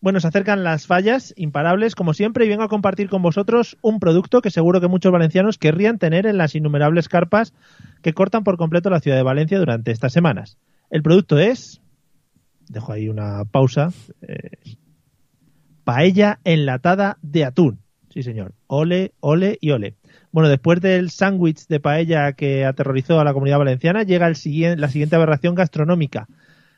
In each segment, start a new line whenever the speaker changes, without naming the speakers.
Bueno, se acercan las fallas imparables, como siempre, y vengo a compartir con vosotros un producto que seguro que muchos valencianos querrían tener en las innumerables carpas que cortan por completo la ciudad de Valencia durante estas semanas. El producto es. Dejo ahí una pausa. eh, paella enlatada de atún. Sí, señor. Ole, ole y ole. Bueno, después del sándwich de paella que aterrorizó a la comunidad valenciana, llega el siguien- la siguiente aberración gastronómica.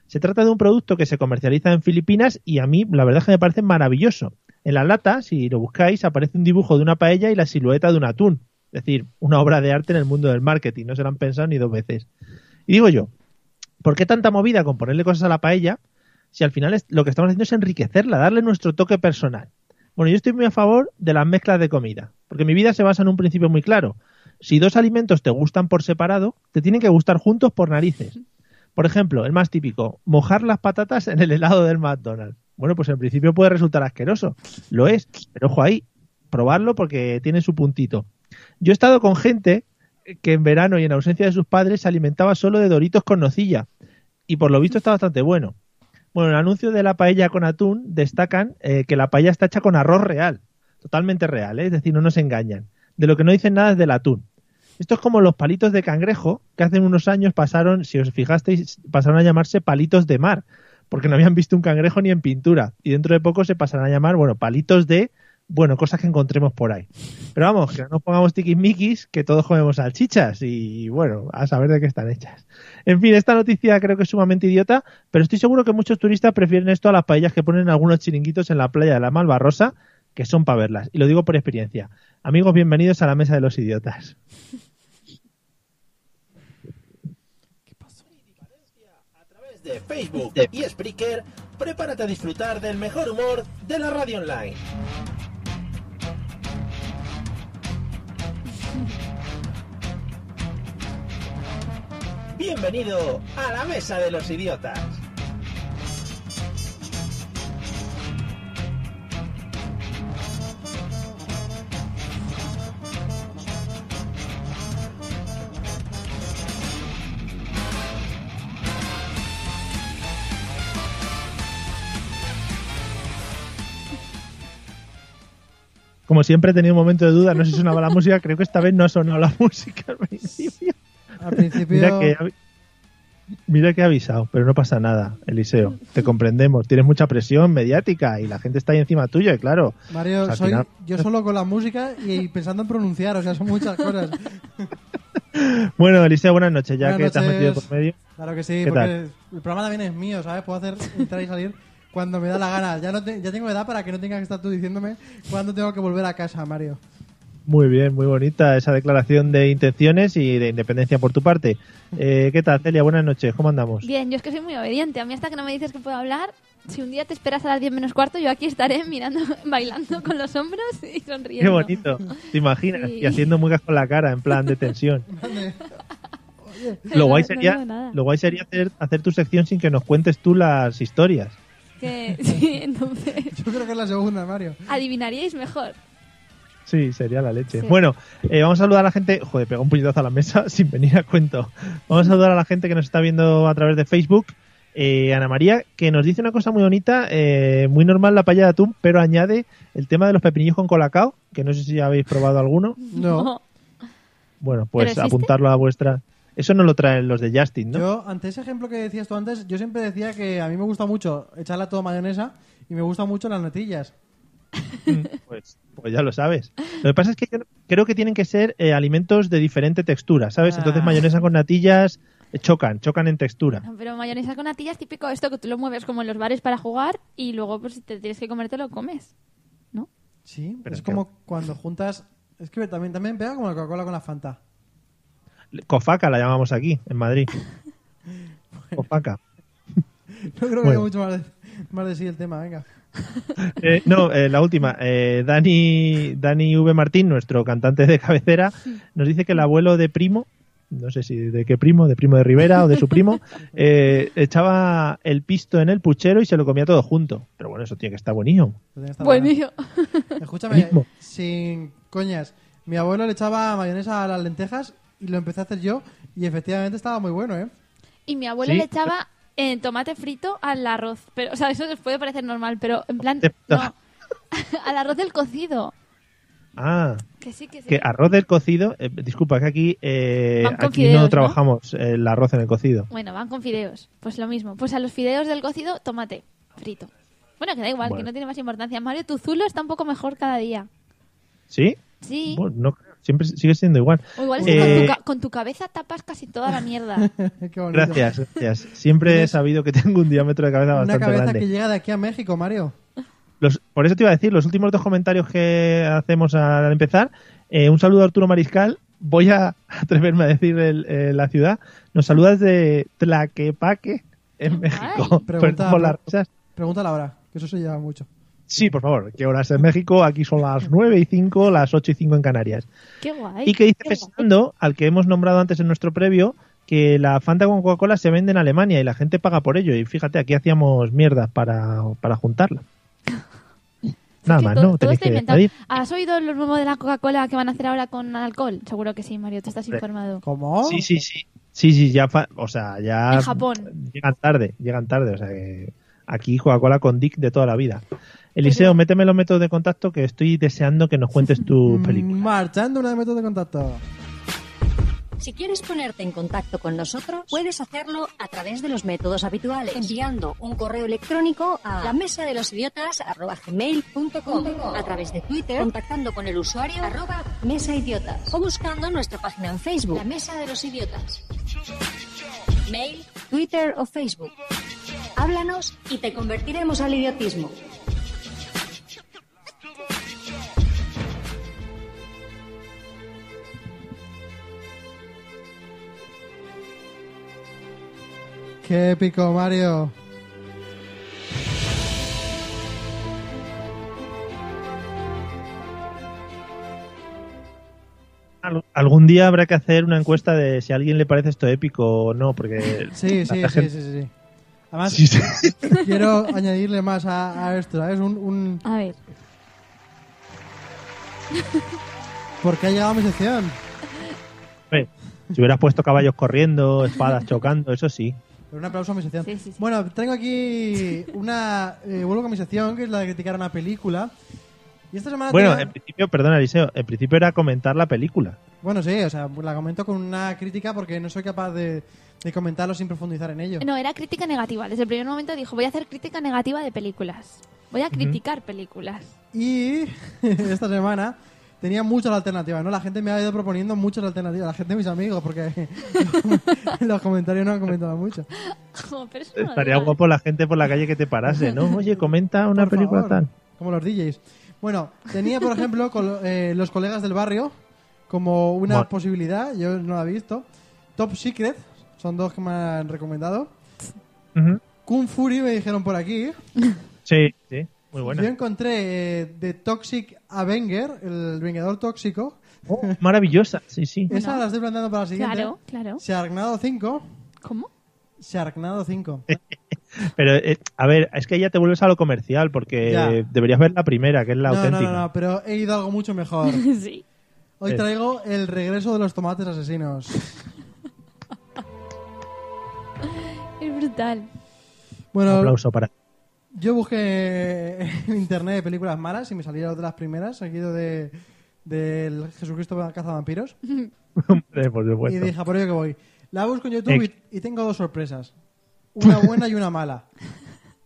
Se trata de un producto que se comercializa en Filipinas y a mí la verdad es que me parece maravilloso. En la lata, si lo buscáis, aparece un dibujo de una paella y la silueta de un atún. Es decir, una obra de arte en el mundo del marketing. No se la han pensado ni dos veces. Y digo yo, ¿por qué tanta movida con ponerle cosas a la paella si al final es- lo que estamos haciendo es enriquecerla, darle nuestro toque personal? Bueno, yo estoy muy a favor de las mezclas de comida, porque mi vida se basa en un principio muy claro. Si dos alimentos te gustan por separado, te tienen que gustar juntos por narices. Por ejemplo, el más típico, mojar las patatas en el helado del McDonald's. Bueno, pues en principio puede resultar asqueroso. Lo es, pero ojo ahí, probarlo porque tiene su puntito. Yo he estado con gente que en verano y en ausencia de sus padres se alimentaba solo de doritos con nocilla y por lo visto está bastante bueno. Bueno, en el anuncio de la paella con atún destacan eh, que la paella está hecha con arroz real, totalmente real, ¿eh? es decir, no nos engañan. De lo que no dicen nada es del atún. Esto es como los palitos de cangrejo que hace unos años pasaron, si os fijasteis, pasaron a llamarse palitos de mar, porque no habían visto un cangrejo ni en pintura. Y dentro de poco se pasarán a llamar, bueno, palitos de, bueno, cosas que encontremos por ahí. Pero vamos, que no nos pongamos tiquismiquis, que todos comemos salchichas y, bueno, a saber de qué están hechas. En fin, esta noticia creo que es sumamente idiota, pero estoy seguro que muchos turistas prefieren esto a las paellas que ponen algunos chiringuitos en la playa de la Malvarrosa, que son para verlas. Y lo digo por experiencia. Amigos, bienvenidos a la mesa de los idiotas.
de Facebook y Spreaker, prepárate a disfrutar del mejor humor de la radio online. Bienvenido a la mesa de los idiotas.
Como siempre he tenido un momento de duda, no sé si sonaba la música, creo que esta vez no ha sonado la música al principio.
Al principio.
Mira que, avi- mira que he avisado, pero no pasa nada, Eliseo. Te comprendemos, tienes mucha presión mediática y la gente está ahí encima tuya, y claro.
Mario,
o sea, al
soy
final-
yo solo con la música y pensando en pronunciar, o sea, son muchas cosas.
Bueno, Eliseo, buenas noches, ya
Buenas
que te has
noches.
metido por medio.
Claro que sí,
¿Qué
porque
tal?
el programa también es mío, ¿sabes? Puedo hacer entrar y salir cuando me da la gana. Ya, no te- ya tengo edad para que no tengas que estar tú diciéndome cuándo tengo que volver a casa, Mario.
Muy bien, muy bonita esa declaración de intenciones y de independencia por tu parte. Eh, ¿Qué tal, Celia? Buenas noches, ¿cómo andamos?
Bien, yo es que soy muy obediente. A mí hasta que no me dices que puedo hablar, si un día te esperas a las 10 menos cuarto, yo aquí estaré mirando, bailando con los hombros
Qué
y sonriendo.
bonito, ¿te imaginas?
Sí.
Y haciendo muecas con la cara en plan de tensión.
Pero
Lo guay,
no- no
sería,
digo nada.
lo guay sería hacer, hacer tu sección sin que nos cuentes tú las historias.
Que- sí, entonces.
Yo creo que es la segunda, Mario.
Adivinaríais mejor.
Sí, sería la leche.
Sí.
Bueno, eh, vamos a saludar a la gente. Joder, pega un puñetazo a la mesa sin venir a cuento. Vamos a saludar a la gente que nos está viendo a través de Facebook. Eh, Ana María, que nos dice una cosa muy bonita, eh, muy normal la paella de atún, pero añade el tema de los pepinillos con colacao, que no sé si habéis probado alguno.
No.
Bueno, pues
existe?
apuntarlo a vuestra. Eso no lo traen los de Justin, ¿no?
Yo, ante ese ejemplo que decías tú antes, yo siempre decía que a mí me gusta mucho echarla todo mayonesa y me gusta mucho las natillas.
Pues, pues ya lo sabes. Lo que pasa es que yo creo que tienen que ser eh, alimentos de diferente textura, ¿sabes? Entonces
Ah.
mayonesa con natillas eh, chocan, chocan en textura.
No, Pero mayonesa con natilla es típico esto que tú lo mueves como en los bares para jugar y luego pues si te tienes que comer te lo comes. ¿No?
Sí,
Pero
es
que-
como cuando juntas... Es que también, también pega como la Coca-Cola con la Fanta.
Cofaca la llamamos aquí, en Madrid. Cofaca.
No creo que
Bueno.
haya mucho más de, más de sí el tema, venga.
Eh, no, eh, la última. Eh, Dani, Dani V. Martín, nuestro cantante de cabecera, nos dice que el abuelo de primo, no sé si de qué primo, de primo de Rivera o de su primo, eh, echaba el pisto en el puchero y se lo comía todo junto. Pero bueno, eso tiene que estar buenísimo.
Lo tenía
Bueno,
esta
yo-
mañana. Escúchame,
Buenísimo.
sin coñas. Mi abuelo le echaba mayonesa a las lentejas y lo empecé a hacer yo y efectivamente estaba muy bueno, ¿eh?
Y mi abuelo
Sí.
le echaba eh, tomate frito al arroz. Pero, o sea, eso les puede parecer normal, pero en plan.
Tomate frito.
No. al arroz del cocido.
Ah,
Que sí, que sí.
que arroz del cocido, eh, disculpa, que aquí, eh,
Van con
aquí
fideos,
no
¿no?
trabajamos el arroz en el cocido.
Bueno, van con fideos. Pues lo mismo. Pues a los fideos del cocido, tomate frito. Bueno, que da igual,
Bueno.
que no tiene más importancia. Mario, tu zulo está un poco mejor cada día.
¿Sí?
Sí.
Bueno, no creo. siempre sigue siendo igual.
O igual es que
Eh,
con, tu ca- con tu cabeza tapas casi toda la mierda.
Qué bonito.
Gracias, gracias. Siempre he sabido que tengo un diámetro de cabeza
Una
bastante
cabeza
grande.
que llega de aquí a México, Mario.
Los- por eso te iba a decir, los últimos dos comentarios que hacemos al empezar. eh, un saludo a Arturo Mariscal. Voy a atreverme a decir el- eh, la ciudad. Nos saludas de Tlaquepaque, en
Guay.
México.
Pregunta-
Perdón por las risas.
Pregunta la hora, que eso se lleva mucho.
Sí, por favor, ¿qué horas en México? Aquí son las 9 y 5, las 8 y 5 en Canarias.
Qué guay.
Y que dice
Qué guay.
Pesando, al que hemos nombrado antes en nuestro previo, que la Fanta con Coca-Cola se vende en Alemania y la gente paga por ello. Y fíjate, aquí hacíamos mierda para, para juntarla. Nada
Sí,
más,
todo-
¿no?
todo
Tenéis
está
que
inventado.
añadir.
¿Has oído lo nuevo de la Coca-Cola que van a hacer ahora con alcohol? Seguro que sí, Mario, tú estás
Hombre.
informado.
¿Cómo?
Sí, sí, sí. Sí, sí, ya, fa- o sea, ya
Oh. En Japón.
llegan tarde, llegan tarde, o sea que aquí Coca-Cola con Dick de toda la vida. Eliseo, méteme los métodos de contacto que estoy deseando que nos cuentes tu película.
Marchando una de método de contacto.
Si quieres ponerte en contacto con nosotros, puedes hacerlo a través de los métodos habituales, enviando un correo electrónico a la mesa de los idiotas a través de Twitter, contactando con el usuario arroba mesa idiotas o buscando nuestra página en Facebook, la mesa de los idiotas. Mail, Twitter o Facebook. Háblanos y te convertiremos al idiotismo.
Qué épico, Mario.
Al- algún día habrá que hacer una encuesta de si a alguien le parece esto épico o no, porque la
Sí, sí, sí, sí,
gente-
sí, sí. Además,
Sí, sí.
quiero añadirle más a, a esto, ¿sabes? Un, un...
A ver.
¿Por qué ha llegado mi sección?
Hombre, Si hubieras puesto caballos corriendo, espadas chocando, eso sí.
Pero un aplauso a mi sección.
Sí, sí, sí.
Bueno, tengo aquí una... eh, vuelvo con mi sección, que es la de criticar una película. Y esta semana...
Bueno, eh,
tenía-
en principio, perdona Eliseo, en principio era comentar la película.
bueno, sí, o sea, la comento con una crítica porque no soy capaz de, de comentarlo sin profundizar en ello.
No, era crítica negativa. Desde el primer momento dijo, voy a hacer crítica negativa de películas. Voy a criticar películas.
Y esta semana tenía muchas alternativas, ¿no? La gente me ha ido proponiendo muchas alternativas, la gente de mis amigos, porque en los comentarios no han comentado mucho.
Jo,
Ah,
pero eso no lo
Estaría
digas.
guapo la gente por la calle que te parase, ¿no? Oye, comenta una
Por
película
favor,
tal.
Como los DJs. Bueno, tenía, por ejemplo, col- eh, los colegas del barrio como una
Bueno.
posibilidad, yo no la he visto. Top Secret, son dos que me han recomendado.
Ujú.
Kung Fury me dijeron por aquí.
Sí, sí, muy buena.
Yo encontré eh, The Toxic Avenger, el Vengador Tóxico.
Oh, maravillosa, sí, sí.
Esa la estoy planteando para la siguiente.
Claro, claro.
Sharknado 5.
¿Cómo?
Sharknado 5.
Pero, eh, a ver, es que ya te vuelves a lo comercial, porque
Ya.
deberías ver la primera, que es la
no, no,
auténtica.
no, no, pero he ido a algo mucho mejor.
sí.
Hoy
Eh.
traigo el regreso de los tomates asesinos.
Es brutal.
Un
Bueno,
aplauso para.
yo busqué en internet películas malas y me salieron de las primeras, seguido de del Jesucristo cazavampiros.
Hombre, por
Y
supuesto.
dije, "A por ello que voy. La busco en YouTube
Ex-
y, y tengo dos sorpresas. Una buena y una mala.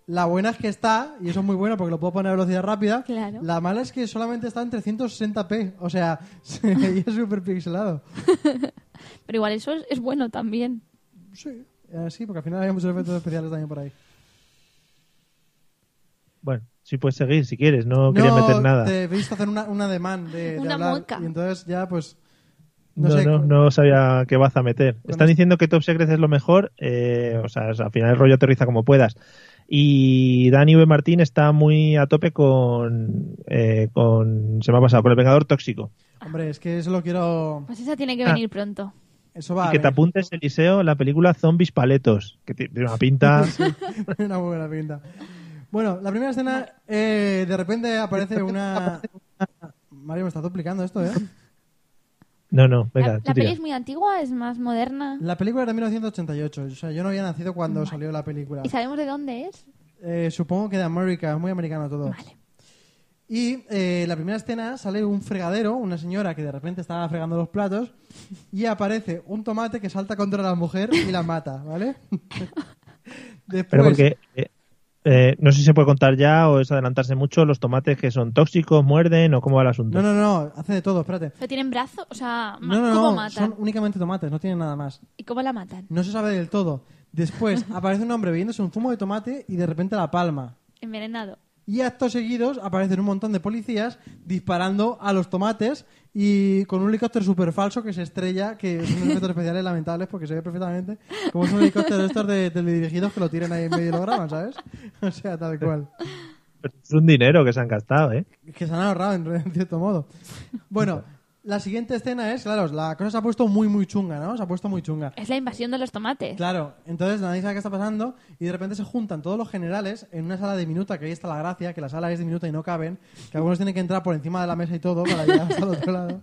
La buena es que está, y eso es muy bueno porque lo puedo poner a velocidad rápida.
Claro.
La mala es que solamente está en 360p, o sea, se veía súper pixelado.
Pero igual eso es, es bueno también.
Sí, eh, sí, porque al final había muchos efectos especiales también por ahí.
Bueno, sí puedes seguir si quieres, no, quería meter nada.
Te he visto hacer una, un ademán de, de
Una
hablar.
mueca.
Y entonces ya, pues, No
No,
sé.
no, no sabía qué vas a meter.
Con
Están
esto-
diciendo que Top Secret es lo mejor, eh, o sea, es- al final el rollo aterriza como puedas. Y Dani V. Martín está muy a tope con, eh, con, se me ha pasado, con el Vengador Tóxico.
Hombre, es que eso lo quiero.
Pues esa tiene que
Ah.
venir pronto.
Eso va.
Y que te
¿eh?
apuntes, Eliseo, la película Zombies Paletos, que ti- tiene una pinta...
una muy buena pinta. Bueno, la primera escena, eh, de repente aparece una. Mario, me estás duplicando esto, ¿eh?
No, no, venga,
la
tú
la
tira.
peli es muy antigua, es más moderna.
La película era de 1988. O sea, yo no había nacido cuando salió la película.
¿Y sabemos de dónde es?
Eh, supongo que de América, es muy americano todo. Y eh, la primera escena sale un fregadero, una señora que de repente estaba fregando los platos y aparece un tomate que salta contra la mujer y la mata, ¿vale? Después,
Pero porque, eh, eh, no sé si se puede contar ya o es adelantarse mucho, los tomates que son tóxicos, muerden o cómo va el asunto.
No, no, no, hace de todo, espérate.
¿Pero tienen brazos? O sea, ma-
No, no,
¿cómo
no,
matan?
son únicamente tomates, no tienen nada más.
¿Y cómo la matan?
No se sabe del todo. Después aparece un hombre bebiéndose un zumo de tomate y de repente la palma.
Envenenado.
Y actos seguidos aparecen un montón de policías disparando a los tomates y con un helicóptero super falso que se estrella, que son unos efectos especiales lamentables porque se ve perfectamente como son helicópteros estos de teledirigidos que lo tiran ahí en medio y lo graban, ¿sabes? O sea, tal cual.
Pero Es un dinero que se han gastado, ¿eh?
Que se han ahorrado en, en cierto modo. Bueno, la siguiente escena es, claro, la cosa se ha puesto muy, muy chunga, ¿no? Se ha puesto muy chunga.
Es la invasión de los tomates.
Claro, entonces nadie sabe qué está pasando y de repente se juntan todos los generales en una sala diminuta, que ahí está la gracia, que la sala es diminuta y no caben, que algunos tienen que entrar por encima de la mesa y todo para llegar hasta el otro lado.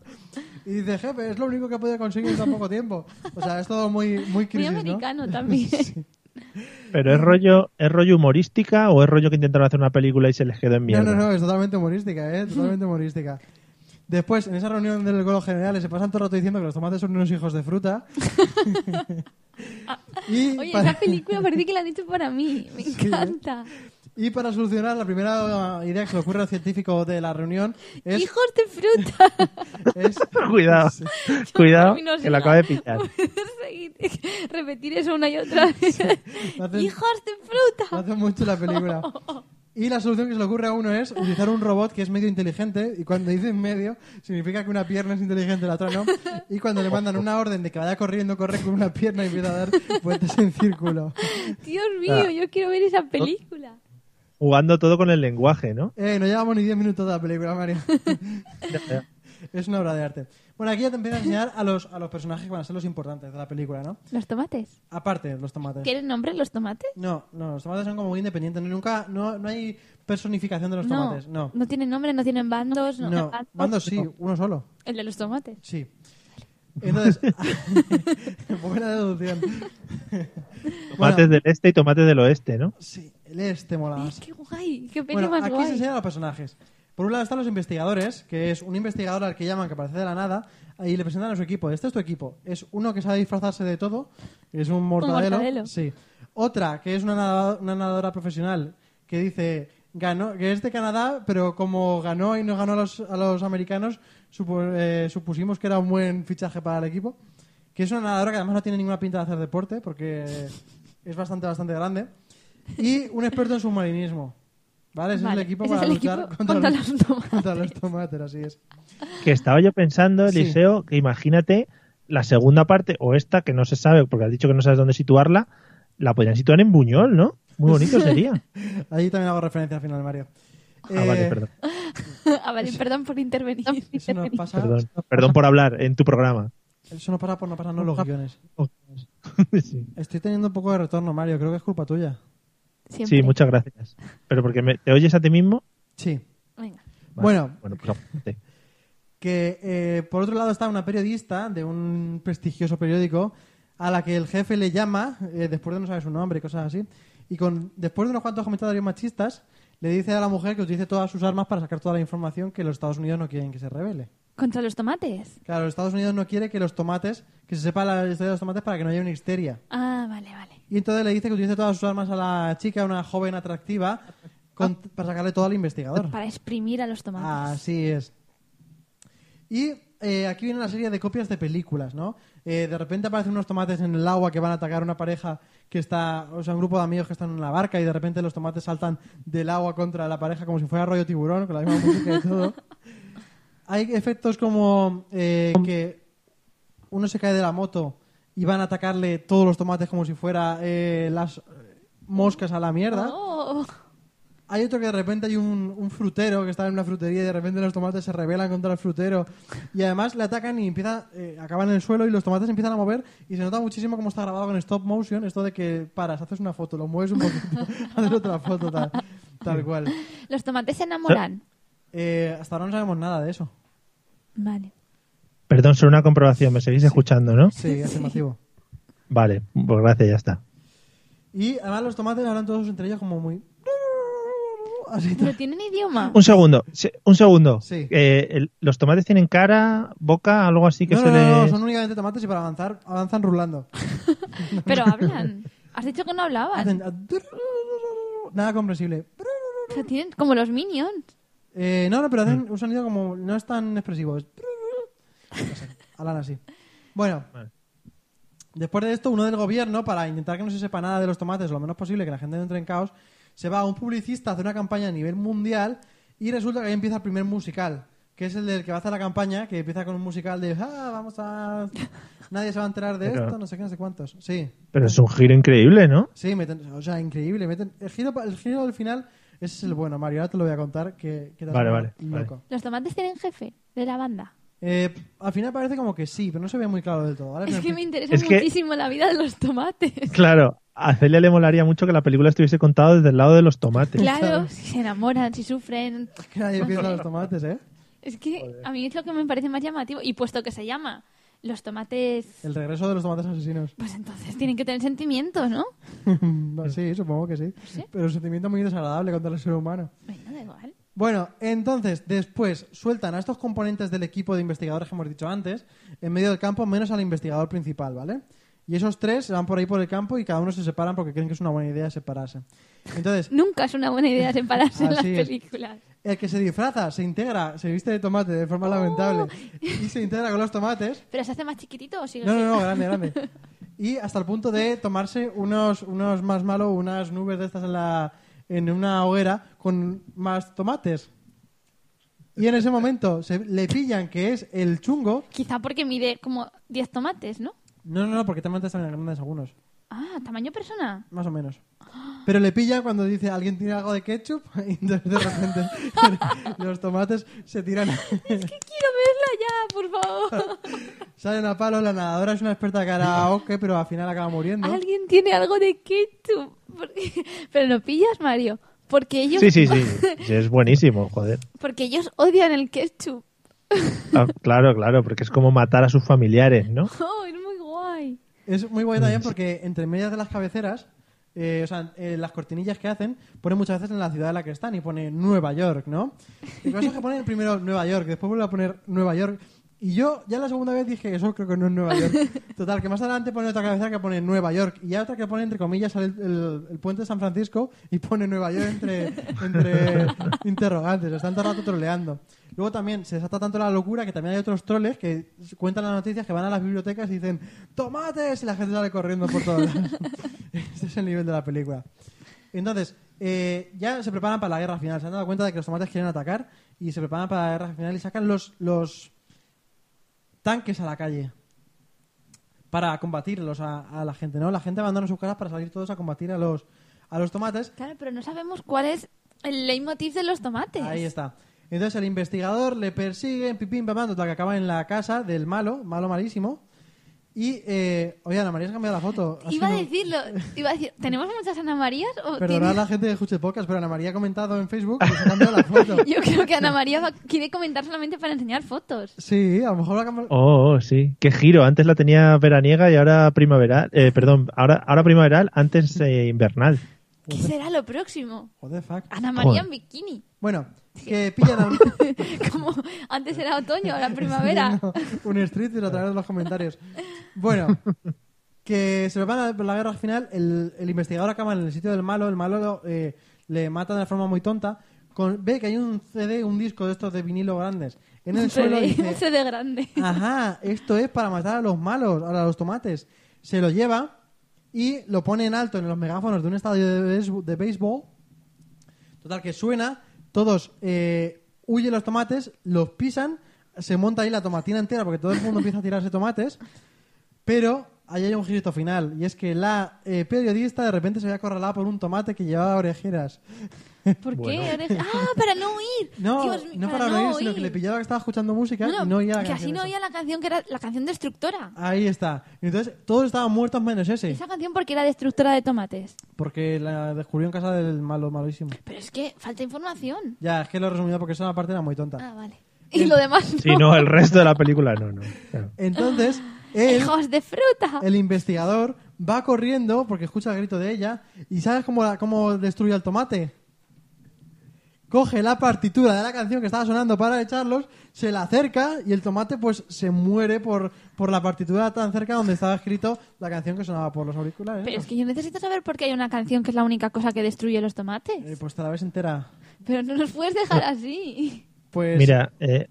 Y dice, jefe, es lo único que he podido conseguir en tan poco tiempo. O sea, es todo muy, muy
Muy
crisis, ¿no?
americano también.
Pero es rollo, es rollo humorística o es rollo que intentaron hacer una película y se les quedó en
No,
mierda.
no, no, es totalmente humorística, ¿eh? Totalmente humorística. Después, en esa reunión de los generales, se pasan todo el rato diciendo que los tomates son unos hijos de fruta. y
Ah, Oye,
para-
esa película parece que la han hecho para mí. Me encanta.
Y para solucionar, la primera idea que se le ocurre al científico de la reunión es...
¡Hijos de fruta!
es-
Cuidado, cuidado,
Por mí no
que la
siga.
acabo de pillar.
Seguir- Repetir eso una y otra vez.
lo hace-
¡Hijos de
lo
fruta!
hace mucho la película. Y la solución que se le ocurre a uno es utilizar un robot que es medio inteligente, y cuando dicen medio, significa que una pierna es inteligente, la otra no. Y cuando le mandan una orden de que vaya corriendo, corre con una pierna y empieza a dar vueltas en círculo.
Dios
Ah.
mío, yo quiero ver esa película.
Jugando todo con el lenguaje, ¿no?
Eh, no llevamos ni 10 minutos de la película, Mario. es una obra de arte. Bueno, aquí ya te empiezan a enseñar a los, a los personajes que van a ser los importantes de la película, ¿no?
¿Los tomates?
Aparte, los tomates.
¿Tienen nombre los tomates?
No, no, los tomates son como muy independientes. no- Nunca, no, no hay personificación de los tomates. No,
No tienen nombre, no tienen bandos. No,
no.
bandos.
Mando sí, uno solo.
El de los tomates.
Sí. Entonces, buena deducción.
Tomates del este y tomates del oeste, ¿no?
Sí, el este mola
Ay,
más.
¡Qué guay! ¡Qué peli
Bueno,
más
aquí se
guay!
enseñan los personajes. Por un lado están los investigadores, que es un investigador al que llaman que aparece de la nada, y le presentan a su equipo. Este es tu equipo. Es uno que sabe disfrazarse de todo, es un mortadelo.
mortadelo.
Sí. Otra, que es una nadadora, una nadadora profesional, que dice ganó, que es de Canadá, pero como ganó y nos ganó a los, a los americanos, supo- eh, supusimos que era un buen fichaje para el equipo. Que es una nadadora que además no tiene ninguna pinta de hacer deporte, porque es bastante, bastante grande. Y un experto en submarinismo. ¿Vale? Ese es
Vale,
el equipo
ese
para
es el
luchar
equipo
contra,
contra
los,
los tomates.
contra los tomates, así es.
Que estaba yo pensando,
Sí.
Eliseo, que imagínate la segunda parte o esta, que no se sabe, porque has dicho que no sabes dónde situarla, la podrían situar en Buñol, ¿no? Muy bonito sería.
Allí también hago referencia al final, Mario. Eh,
Ah, vale, perdón.
Ah, vale, perdón por intervenir.
Eso nos pasa,
Perdón, perdón por hablar en tu programa.
Eso nos pasa por no pasarnos los guiones.
Sí.
Estoy teniendo un poco de retorno, Mario. Creo que es culpa tuya.
Siempre.
Sí, muchas gracias. Pero porque me- te oyes a ti mismo.
Sí.
Venga.
Vale,
Bueno.
bueno pues, apúntate.
que eh, por otro lado está una periodista de un prestigioso periódico a la que el jefe le llama eh, después de no saber su nombre y cosas así y con después de unos cuantos comentarios machistas le dice a la mujer que utilice todas sus armas para sacar toda la información que los Estados Unidos no quieren que se revele.
¿Contra los tomates?
Claro, los Estados Unidos no quiere que los tomates, que se sepa la historia de los tomates para que no haya una histeria.
Ah, vale, vale.
Y entonces le dice que utilice todas sus armas a la chica, una joven atractiva, con- para sacarle todo al investigador.
Para exprimir a los tomates.
Así es. Y eh, aquí viene una serie de copias de películas, ¿no? Eh, de repente aparecen unos tomates en el agua que van a atacar a una pareja que está, o sea, un grupo de amigos que están en una barca y de repente los tomates saltan del agua contra la pareja como si fuera rollo tiburón, con la misma música y todo. Hay efectos como eh, que uno se cae de la moto y van a atacarle todos los tomates como si fuera eh, las eh, moscas a la mierda.
Oh,
Hay otro que de repente hay un, un frutero que está en una frutería y de repente los tomates se rebelan contra el frutero y además le atacan y empieza, eh, acaban en el suelo y los tomates empiezan a mover y se nota muchísimo cómo está grabado con stop motion esto de que paras, haces una foto, lo mueves un poquito, haces otra foto, tal, tal cual.
los tomates se enamoran.
Eh, hasta ahora no sabemos nada de eso.
Vale.
Perdón, solo una comprobación, me seguís escuchando, ¿no?
Sí, afirmativo.
Vale, pues gracias, ya está.
Y además los tomates hablan todos entre ellos como muy... Así
Pero tienen idioma.
Un segundo, sí, un segundo.
Sí.
Eh, el- ¿Los tomates tienen cara, boca, algo así que
no,
se
no,
le-
no, no, son únicamente tomates y para avanzar avanzan rulando.
Pero hablan. Has dicho que no hablaban.
Hacen- Nada comprensible.
Pero tienen como los minions.
Eh, no, no, pero
Mm.
hacen un sonido como. No es tan expresivo. Es... no sé, hablan así. Bueno. Después de esto, uno del gobierno, para intentar que no se sepa nada de los tomates, lo menos posible, que la gente no entre en caos, se va a un publicista a hacer una campaña a nivel mundial y resulta que ahí empieza el primer musical, que es el del que va a hacer la campaña, que empieza con un musical de. Ah, vamos a. Nadie se va a enterar de
Pero-
esto, no sé qué, no sé cuántos. Sí.
Pero es un giro increíble, ¿no?
Sí, meten- o sea, increíble. Meten, el, giro, pa- el giro del final, ese es el bueno, Mario. Ahora te lo voy a contar. Que, que te has
Vale,
vuelto
vale, vale.
Loco.
Los tomates tienen jefe de la banda.
Eh, al final parece como que sí, pero no se ve muy claro del todo. ¿vale?
Es
Pero
que
en
me
fin-
interesa
Es que-
muchísimo la vida de los tomates.
Claro, a Celia le molaría mucho que la película estuviese contada desde el lado de los tomates.
Claro, si se enamoran, si sufren.
que nadie piensa en los tomates, ¿eh?
Es que a mí es lo que me parece más llamativo. Y puesto que se llama Los tomates,
El regreso de los tomates asesinos.
pues entonces tienen que tener sentimientos, ¿no?
No, sí, supongo que sí. Pero un sentimiento muy desagradable contra el ser humano.
Bueno, da igual.
Bueno, entonces, después sueltan a estos componentes del equipo de investigadores que hemos dicho antes en medio del campo, menos al investigador principal, ¿vale? Y esos tres se van por ahí por el campo y cada uno se separan porque creen que es una buena idea separarse. Entonces,
Nunca es una buena idea separarse en las
Así Ah, es.
películas.
el que se disfraza, se integra, se viste de tomate de
¡Oh!
forma lamentable y se integra con los tomates.
¿Pero se hace más chiquitito o sigue
No, no,
siendo?
no, grande, grande. Y hasta el punto de tomarse unos, unos más malos, unas nubes de estas en, la, en una hoguera con más tomates. Y en ese momento se, le pillan que es el chungo.
Quizá porque mide como 10 tomates, ¿no?
No, no, no, porque tomates también grandes algunos,
Ah, tamaño persona.
más o menos. Pero le pillan cuando dice alguien tiene algo de ketchup y entonces de repente los tomates se tiran.
Quiero verla ya, por favor.
Salen a palo, la nadadora es una experta karaoke, pero al final acaba muriendo.
Alguien tiene algo de ketchup. Porque- Pero lo pillas, Mario. Porque ellos,
Sí, sí, sí, sí, es buenísimo, joder.
Porque ellos odian el ketchup.
Ah, claro, claro, porque es como matar a sus familiares, ¿no?
Oh, es muy guay.
Es muy guay también porque entre medias de las cabeceras, eh, o sea, eh, las cortinillas que hacen, ponen muchas veces en la ciudad en la que están y pone Nueva York, ¿no? Y cosas que ponen primero Nueva York, después vuelve a poner Nueva York. Y yo ya la segunda vez dije, eso creo que no es Nueva York. Total, que más adelante pone otra cabecera que pone Nueva York y ya otra que pone, entre comillas, sale el, el- el puente de San Francisco y pone Nueva York entre, entre interrogantes. Están todo el rato troleando. Luego también se desata tanto la locura que también hay otros troles que cuentan las noticias que van a las bibliotecas y dicen ¡Tomates! Y la gente sale corriendo por todos lados. este es el nivel de la película. Entonces, eh, ya se preparan para la guerra final. Se han dado cuenta de que los tomates quieren atacar y se preparan para la guerra final y sacan los, los tanques a la calle para combatirlos a, a la gente, ¿no? La gente abandona sus casas para salir todos a combatir a los, a los tomates
Claro, pero no sabemos cuál es el leitmotiv de los tomates.
Ahí está. Entonces el investigador le persigue, pipín, pam, hasta que acaba en la casa del malo, malo malísimo. Y, eh, oye, Ana María se ha cambiado la foto. Ha
Iba a
sido-
decirlo. Iba a decir, ¿tenemos muchas Ana Marías? O
Perdonad a la
tiene-
gente que escuche pocas, pero Ana María ha comentado en Facebook que se ha cambiado la foto.
Yo creo que Ana María va- quiere comentar solamente para enseñar fotos.
Sí, a lo mejor la cambiado...
Oh, oh, sí, qué giro. Antes la tenía veraniega y ahora primaveral. Eh, perdón, ahora, ahora primaveral, antes eh, invernal.
¿Qué será lo próximo?
What the fuck.
Ana María
Joder.
en bikini.
Bueno, que pillan a un,
Como antes era otoño, ahora primavera.
un street a través de los comentarios. Bueno, que se van a por la guerra final. El, el investigador acaba en el sitio del malo. El malo lo, eh, le mata de una forma muy tonta. Con- ve que hay un CD, un disco de estos de vinilo grandes en el
Se
suelo. y
ve-
dice,
se ve grande.
Ajá, esto es para matar a los malos, a los tomates. Se lo lleva y lo pone en alto en los megáfonos de un estadio de béisbol. de béisbol. Total, que suena, todos eh, huyen los tomates, los pisan, se monta ahí la tomatina entera porque todo el mundo empieza a tirarse tomates. Pero ahí hay un girito final y es que la eh, periodista de repente se ve acorralada por un tomate que llevaba orejeras.
¿Por qué? Oreja- Ah, para no oír.
No,
Dios mío,
no para, oír, sino
oír.
que le pillaba que estaba escuchando música
No,
y no oía la
que así
canción
no
esa. Ah,
oía la canción que era la canción destructora.
Ahí está. Y entonces todos estaban muertos menos ese,
Esa canción porque era destructora de tomates.
porque la descubrió en casa del malo malísimo.
Pero es que falta información.
Ya, es que lo he resumido porque esa parte era muy tonta.
Ah, vale. Y lo demás no.
Si no, el resto de la película no, no. claro.
Entonces, él,
Hijos de fruta.
el investigador, va corriendo porque escucha el grito de ella y ¿sabes cómo, la- cómo destruye el tomate? Coge la partitura de la canción que estaba sonando para echarlos, se la acerca y el tomate pues se muere por, por la partitura tan cerca donde estaba escrito la canción que sonaba por los auriculares.
Pero es que yo necesito saber por qué hay una canción que es la única cosa que destruye los tomates.
Eh, pues te la ves entera.
Pero no nos puedes dejar así.
Pues
Mira, eh,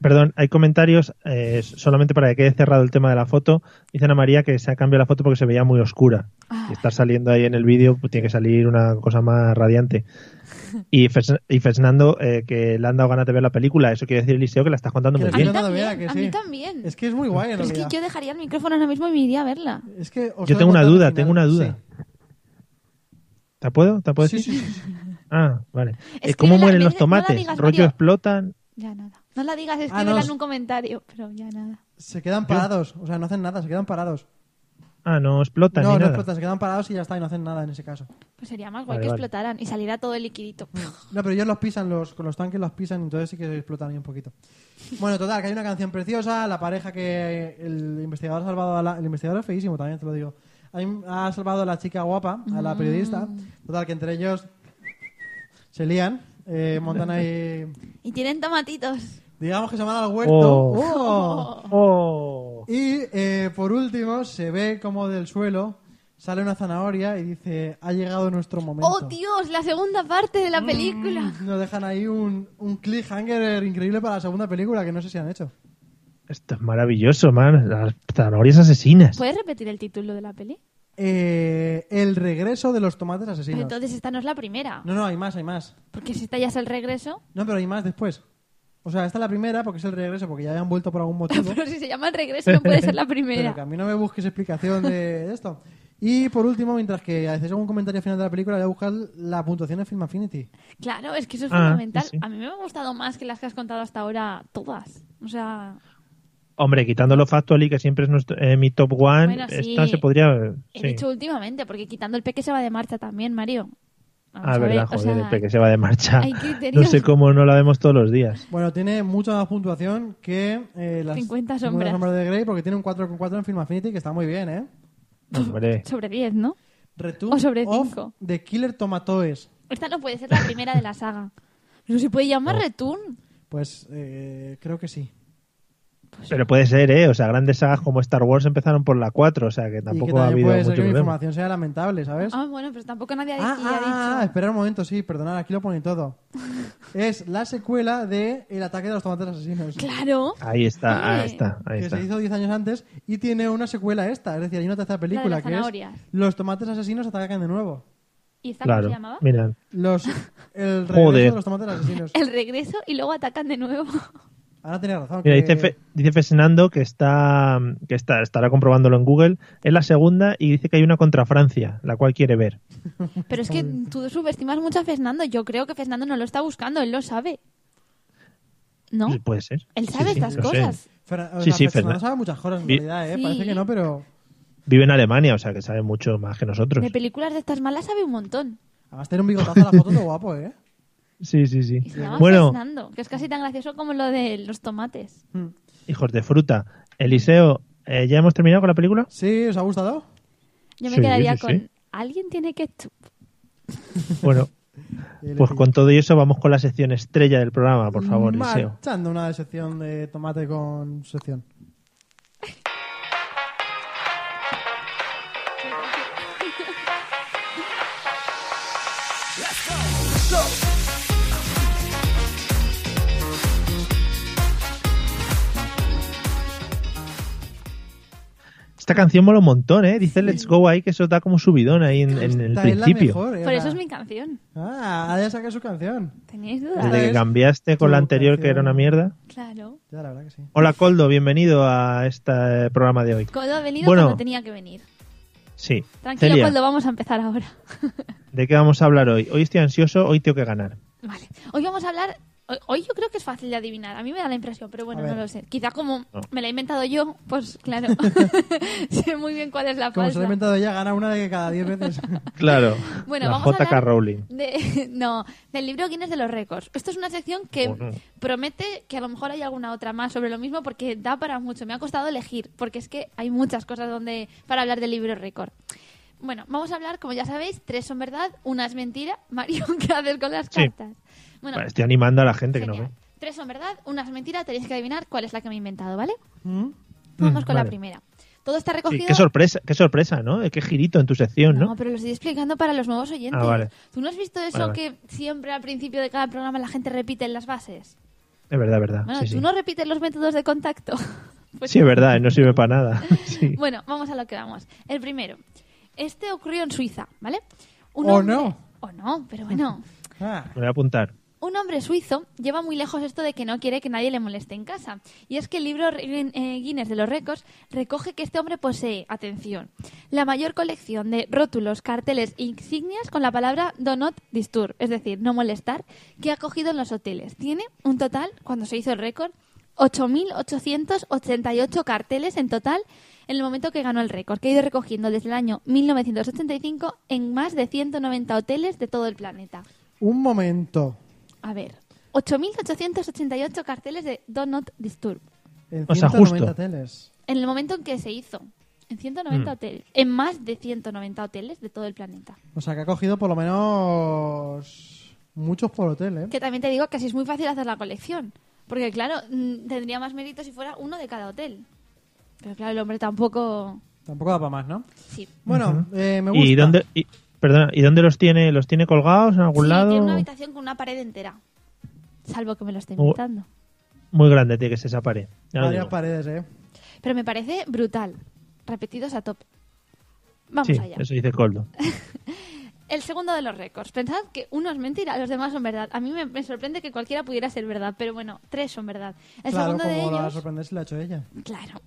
perdón, hay comentarios eh, solamente para que quede cerrado el tema de la foto. Dice Ana María que se ha cambiado la foto porque se veía muy oscura. Y estar saliendo ahí en el vídeo pues, tiene que salir una cosa más radiante. Y, Fes- y Fernando, eh, que le han dado ganas de ver la película. Eso quiere decir, Eliseo, que la estás contando
Que
muy
la
A
Sí.
mí
bien.
estoy
también.
Vea que
a
sí.
mí también.
es que es muy guay en
Pero es que
realidad.
yo dejaría el micrófono ahora mismo y me iría a verla.
Es que os
Yo
voy a
tengo una
contar el
duda,
final.
tengo una duda. ¿Te puedo? ¿Te puedo
Sí,
decir?
sí, sí, sí.
Ah, vale.
Escríbela,
Eh, ¿Cómo mueren
no
los
la
tomates?
digas,
¿Rollo
Mario.
explotan?
Ya nada. No la digas,
Ah,
escríbela
no.
en un comentario. Pero ya nada.
Se quedan parados, o sea, no hacen nada, se quedan parados.
Ah, no explotan
No,
ni
no
nada.
explotan, se quedan parados y ya está, y no hacen nada en ese caso.
Pues sería más guay
Vale,
que
vale.
explotaran y saliera todo el liquidito.
No, pero ellos los pisan, los, con los tanques los pisan, entonces sí que explotan ahí un poquito. Bueno, total, que hay una canción preciosa, la pareja que el investigador ha salvado a la... El investigador es feísimo, también te lo digo. Hay- Ha salvado a la chica guapa, a
Mm.
la periodista. Total, que entre ellos se lían, eh, montan ahí...
Y tienen tomatitos.
Digamos que se van al huerto.
Oh.
¡Oh!
Oh.
Y eh, por último, se ve como del suelo sale una zanahoria y dice: Ha llegado nuestro momento.
¡Oh, Dios! La segunda parte de
Mm.
la película.
Nos dejan ahí un, un cliffhanger increíble para la segunda película que no sé si han hecho.
Esto es maravilloso, man. Las zanahorias asesinas.
¿Puedes repetir el título de la peli?
Eh, el regreso de los tomates
Pero
asesinos.
entonces esta no es la primera.
No, no, hay más, hay más.
Porque si esta ya es el regreso.
No, pero hay más después. O sea, esta es la primera porque es el regreso, porque ya habían vuelto por algún motivo.
Pero si se llama el regreso, no puede ser la
Pero
primera.
que a mí no me busques explicación de esto. Y por último, mientras que hacéis algún comentario final de la película, voy a buscar la puntuación en Film Affinity.
Claro, es que eso es
Ah,
fundamental.
sí, sí.
A mí me ha gustado más que las que has contado hasta ahora todas. O sea,
Hombre, quitando lo factual y que siempre es nuestro- eh, mi top one,
Bueno, sí.
esta se podría.
he
sí.
dicho últimamente, porque quitando el peque se va de marcha también, Mario. Vamos
Ah,
a ver,
verdad,
o
joder,
sea,
el peque se va de marcha.
hay criterios.
No sé cómo no la vemos todos los días.
Bueno, tiene mucha más puntuación que eh, las
50
las
sombras.
de Grey porque tiene un 4,4 en Film Affinity que está muy bien, ¿eh?
Hombre,
Sobre 10, ¿no?
Return
O sobre
of
cinco.
The Killer Tomatoes.
Esta no puede ser la primera de la saga. No se puede llamar
Oh.
Return.
Pues eh, creo que sí.
pero puede ser, ¿eh? O sea, grandes sagas como Star Wars empezaron por la 4, o sea que
y que
tampoco ha
también
habido
puede
mucho
ser que la
problema.
información sea lamentable, ¿sabes?
Ah, bueno, pero tampoco nadie ha dicho.
Ah, ah, ah, ah, espera un momento, sí, perdonad, aquí lo pone todo. es la secuela de El ataque de los tomates asesinos.
Claro.
Ahí está,
Hombre.
ahí está, ahí
que
está.
se hizo 10 años antes y tiene una secuela esta, es decir, hay una tercera película
las
que es
zanahorias.
Los tomates asesinos atacan de nuevo.
¿Y esta cómo
Claro,
se llamaba?
mira.
Los, el regreso
Joder.
de los tomates asesinos.
El regreso y luego atacan de nuevo.
Ahora tenía razón.
Mira,
que-
dice, Fe- dice Fernando que está que está, estará comprobándolo en Google. Es la segunda y dice que hay una contra Francia, la cual quiere ver.
Pero es que tú subestimas mucho a Fernando. Yo creo que Fernando no lo está buscando, él lo sabe. ¿No?
Pues Puede ser.
Él sabe
Sí, sí,
estas
lo sé.
cosas.
Fernan- o
Sí,
sea,
sí,
Fernando
Fernan-
sabe muchas cosas en
Vi-
realidad, ¿eh?
Sí.
Parece que no, pero
Vive en Alemania, o sea que sabe mucho más que nosotros.
De películas de estas malas sabe un montón.
además tiene un bigotazo a la foto todo guapo, ¿eh?
Sí, sí, sí.
Y se llama
Bueno,
Fernando, que es casi tan gracioso como lo de los tomates.
hijos de fruta. Eliseo, eh, ¿ya hemos terminado con la película?
Sí, ¿os ha gustado?
Yo me
Sí,
quedaría
sí,
con.
sí.
¿Alguien tiene ketchup?
Bueno, pues con todo y eso vamos con la sección estrella del programa, por favor, Eliseo.
Marchando una sección de tomate con sección.
Esta esta canción mola un montón, ¿eh? Dice Let's Go ahí, que eso da como subidón ahí en, en el
Esta es la
principio.
mejor, eh,
Por
la-
eso es mi canción.
Ah, ahora ya saca su canción.
¿Teníais
Esta
dudas?
Desde que
es
cambiaste con
tu
la anterior, que
canción.
era una mierda.
Claro.
Ya, la verdad que sí.
Hola, Coldo, bienvenido a este eh, programa de hoy.
Coldo ha venido
Bueno.
cuando tenía que venir.
Sí.
Tranquilo,
Celia,
Coldo, vamos a empezar ahora.
¿de qué vamos a hablar hoy? Hoy estoy ansioso, hoy tengo que ganar.
Vale. Hoy vamos a hablar. hoy- Hoy yo creo que es fácil de adivinar. A mí me da la impresión, pero bueno,
A ver.
no lo sé. Quizá como
No.
me la he inventado yo, pues claro. sé muy bien cuál es la
Como se lo
falsa.
ha inventado ella, gana una de cada diez veces.
Claro.
Bueno,
la
vamos a
JK
hablar-
Rowling.
De- no, del libro Guinness de los récords. Esto es una sección que
Oh,
Bueno.
promete que a lo mejor hay alguna otra más sobre lo mismo porque da para mucho. Me ha costado elegir porque es que hay muchas cosas donde para hablar del libro récord. Bueno, vamos a hablar, como ya sabéis, tres son verdad, una es mentira. Mario, ¿qué haces con las
Sí.
cartas? Bueno,
Vale, estoy animando a la gente que no
genial.
ve.
Tres son verdad, una es mentira. Tenéis que adivinar cuál es la que me he inventado, ¿vale? Vamos
Mm,
con la
vale.
primera. Todo está
Sí,
recogido.
qué sorpresa, qué sorpresa, ¿no? Eh, Qué girito en tu sección, ¿no?
pero lo estoy explicando para los nuevos oyentes.
Ah, vale.
¿Tú no has visto eso
Vale,
que siempre al principio de cada programa la gente repite en las bases?
Es verdad, es verdad.
Bueno,
sí,
tú
sí.
no repites los métodos de contacto. Pues-
Sí, es verdad, eh, no sirve para nada. Sí.
Bueno, vamos a lo que vamos. El primero. Este ocurrió en Suiza, ¿vale?
¿O
hombre-
no?
O no, pero bueno.
Ah,
Me voy a apuntar.
Un hombre suizo lleva muy lejos esto de que no quiere que nadie le moleste en casa. Y es que el libro re- eh, Guinness de los récords recoge que este hombre posee, atención, la mayor colección de rótulos, carteles e insignias con la palabra do not disturb, es decir, no molestar, que ha cogido en los hoteles. Tiene un total, cuando se hizo el récord, 8.888 carteles en total en el momento que ganó el récord, que ha ido recogiendo desde el año 1985 en más de 190 hoteles de todo el planeta.
un momento.
A ver, 8.888 carteles de Do Not Disturb.
En
O sea,
190
justo.
teles.
En el momento en que se hizo. En
Mm.
190 hoteles. En más de 190 hoteles de todo el planeta.
O sea, que ha cogido por lo menos muchos por hotel, ¿eh?
Que también te digo que así es muy fácil hacer la colección. Porque, claro, mm, tendría más mérito si fuera uno de cada hotel. Pero, claro, el hombre tampoco...
Tampoco da para más, ¿no?
Sí.
Bueno, eh, me gusta.
¿Y dónde, y, perdona, ¿y dónde los tiene? ¿Los tiene colgados en algún
Sí,
lado?
tiene una habitación con una pared entera. Salvo que me lo esté
Oh.
inventando.
Muy grande tiene que ser esa pared. Ya lo
Varias
Ah, digo.
paredes, ¿eh?
Pero me parece brutal. Repetidos a tope. Vamos
Sí,
allá.
eso dice Coldo.
El segundo de los récords. Pensad que uno es mentira, los demás son verdad. A mí me, me sorprende que cualquiera pudiera ser verdad, pero bueno, tres son verdad. El
claro,
segundo
como
de
la
ellos.
sorprender si la ha hecho ella.
Claro.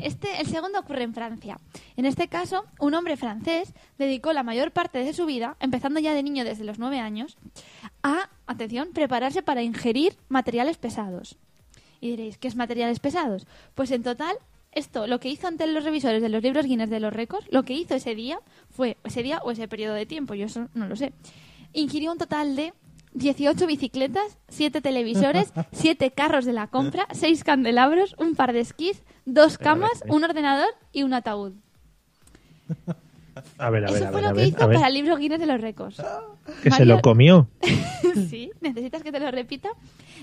Este, el segundo ocurre en Francia. En este caso, un hombre francés dedicó la mayor parte de su vida, empezando ya de niño desde los nueve años, a, atención, prepararse para ingerir materiales pesados. Y diréis, ¿qué es materiales pesados? Pues en total, esto, lo que hizo ante los revisores de los libros Guinness de los récords, lo que hizo ese día, fue ese día o ese periodo de tiempo, yo eso no lo sé. Ingirió un total de 18 bicicletas, 7 televisores, 7 carros de la compra, 6 candelabros, un par de esquís, dos camas, un ordenador y un ataúd.
A ver, a ver,
Eso
a
fue
ver,
lo
a
que
ver,
hizo
a ver.
para el libro Guinness de los récords.
Que se
Mario-
lo comió.
sí, necesitas que te lo repita.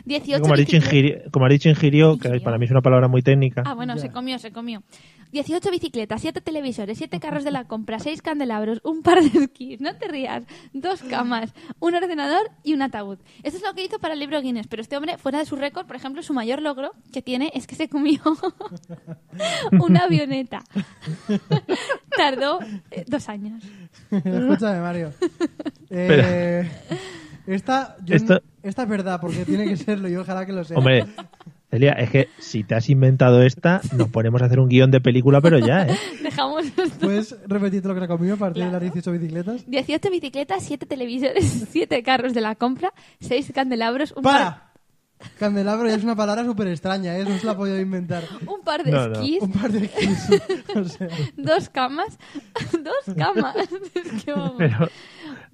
Y
18
Como ha dicho,
bicicletas-
ingiri- como ha dicho ingirió, que
Ingirió.
para mí es una palabra muy técnica.
Ah, bueno, se comió, se comió. 18 bicicletas, 7 televisores, 7 carros de la compra, 6 candelabros, un par de esquís, no te rías, dos camas, un ordenador y un ataúd. Esto es lo que hizo para el libro Guinness, pero este hombre, fuera de su récord, por ejemplo, su mayor logro que tiene es que se comió una avioneta. Tardó eh, dos años.
Escúchame, Mario. Eh, esta, yo-
Esto-
esta es verdad, porque tiene que serlo y ojalá que lo sea.
Hombre, Celia, es que si te has inventado esta, nos ponemos a hacer un guión de película, pero ya, ¿eh?
Dejamos
¿Puedes repetirte lo que era conmigo a partir de las 18 bicicletas?
18 bicicletas, 7 televisores, 7 carros de la compra, 6 candelabros, un par...
¡Para! Candelabro ya es una palabra súper extraña, ¿eh? No se la he podido inventar.
Un par de
No, no.
esquís,
Un par de kiss. O sea,
Dos camas. Dos camas. Es que vamos.
Pero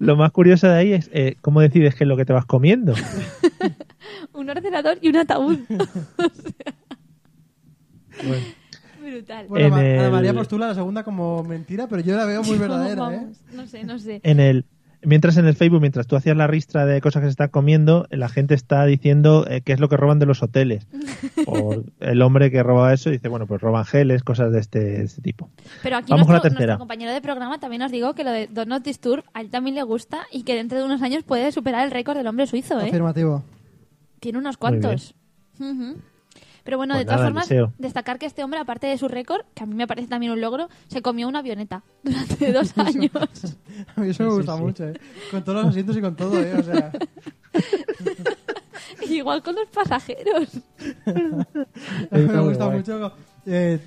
lo más curioso de ahí es eh, cómo decides qué es lo que te vas comiendo.
Un ordenador y un ataúd. O sea, Brutal.
bueno,
En
Ma- Ana
el-
María postula la segunda como mentira, pero yo la veo muy verdadera, ¿eh?
Vamos, No sé, no sé.
En el, mientras en el Facebook, mientras tú hacías la ristra de cosas que se están comiendo, la gente está diciendo eh, qué es lo que roban de los hoteles. O el hombre que roba eso dice, bueno, pues roban geles, cosas de este, de este tipo.
Pero aquí
Vamos con la
nuestro,
tercera.
nuestro compañero de programa también nos digo que lo de Don't Not Disturb a él también le gusta y que dentro de unos años puede ¿Eh? superar el récord del hombre suizo, ¿eh?
Afirmativo.
Tiene unos
Muy
cuantos. Ujú. Pero bueno,
Pues
de todas
nada,
formas,
Eliseo.
destacar que este hombre, aparte de su récord, que a mí me parece también un logro, se comió una avioneta durante dos años.
A mí eso me gusta mucho, ¿eh? Con todos los asientos y con todo, ¿eh? O sea,
Igual con los pasajeros.
me
muy
gusta
guay.
mucho eh,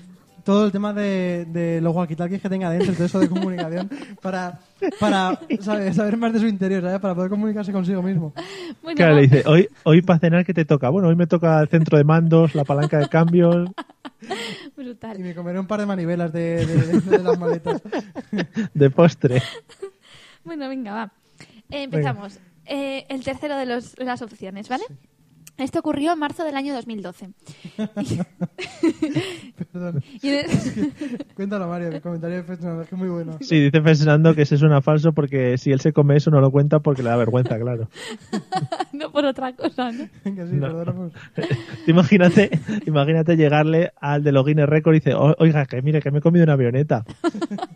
todo el tema de, de los walkie-talkies que tenga dentro, todo eso de comunicación, para, para sabe- saber más de su interior, ¿sabes? Para poder comunicarse consigo mismo.
Bueno,
Claro, le dice, hoy, hoy para cenar, ¿qué te toca? Bueno, hoy me toca el centro de mandos, la palanca de cambios,
Y
brutal.
me comeré un par de manivelas de, de- de- de las maletas.
de postre.
Bueno, venga, va. Eh, empezamos. Eh, el tercero de los- las opciones, ¿vale? Esto ocurrió en marzo del año 2012.
Perdón.
Y de-
Cuéntalo, Mario, el comentario de Fernando, es que es muy bueno.
Sí, dice Fernando que se suena falso porque si él se come eso no lo cuenta porque le da vergüenza, claro.
no por otra cosa, ¿no?
Venga, sí,
No.
perdón.
Tú Imagínate, imagínate llegarle al de los Guinness Record y dice, "O- oiga, que mire, que me he comido una avioneta.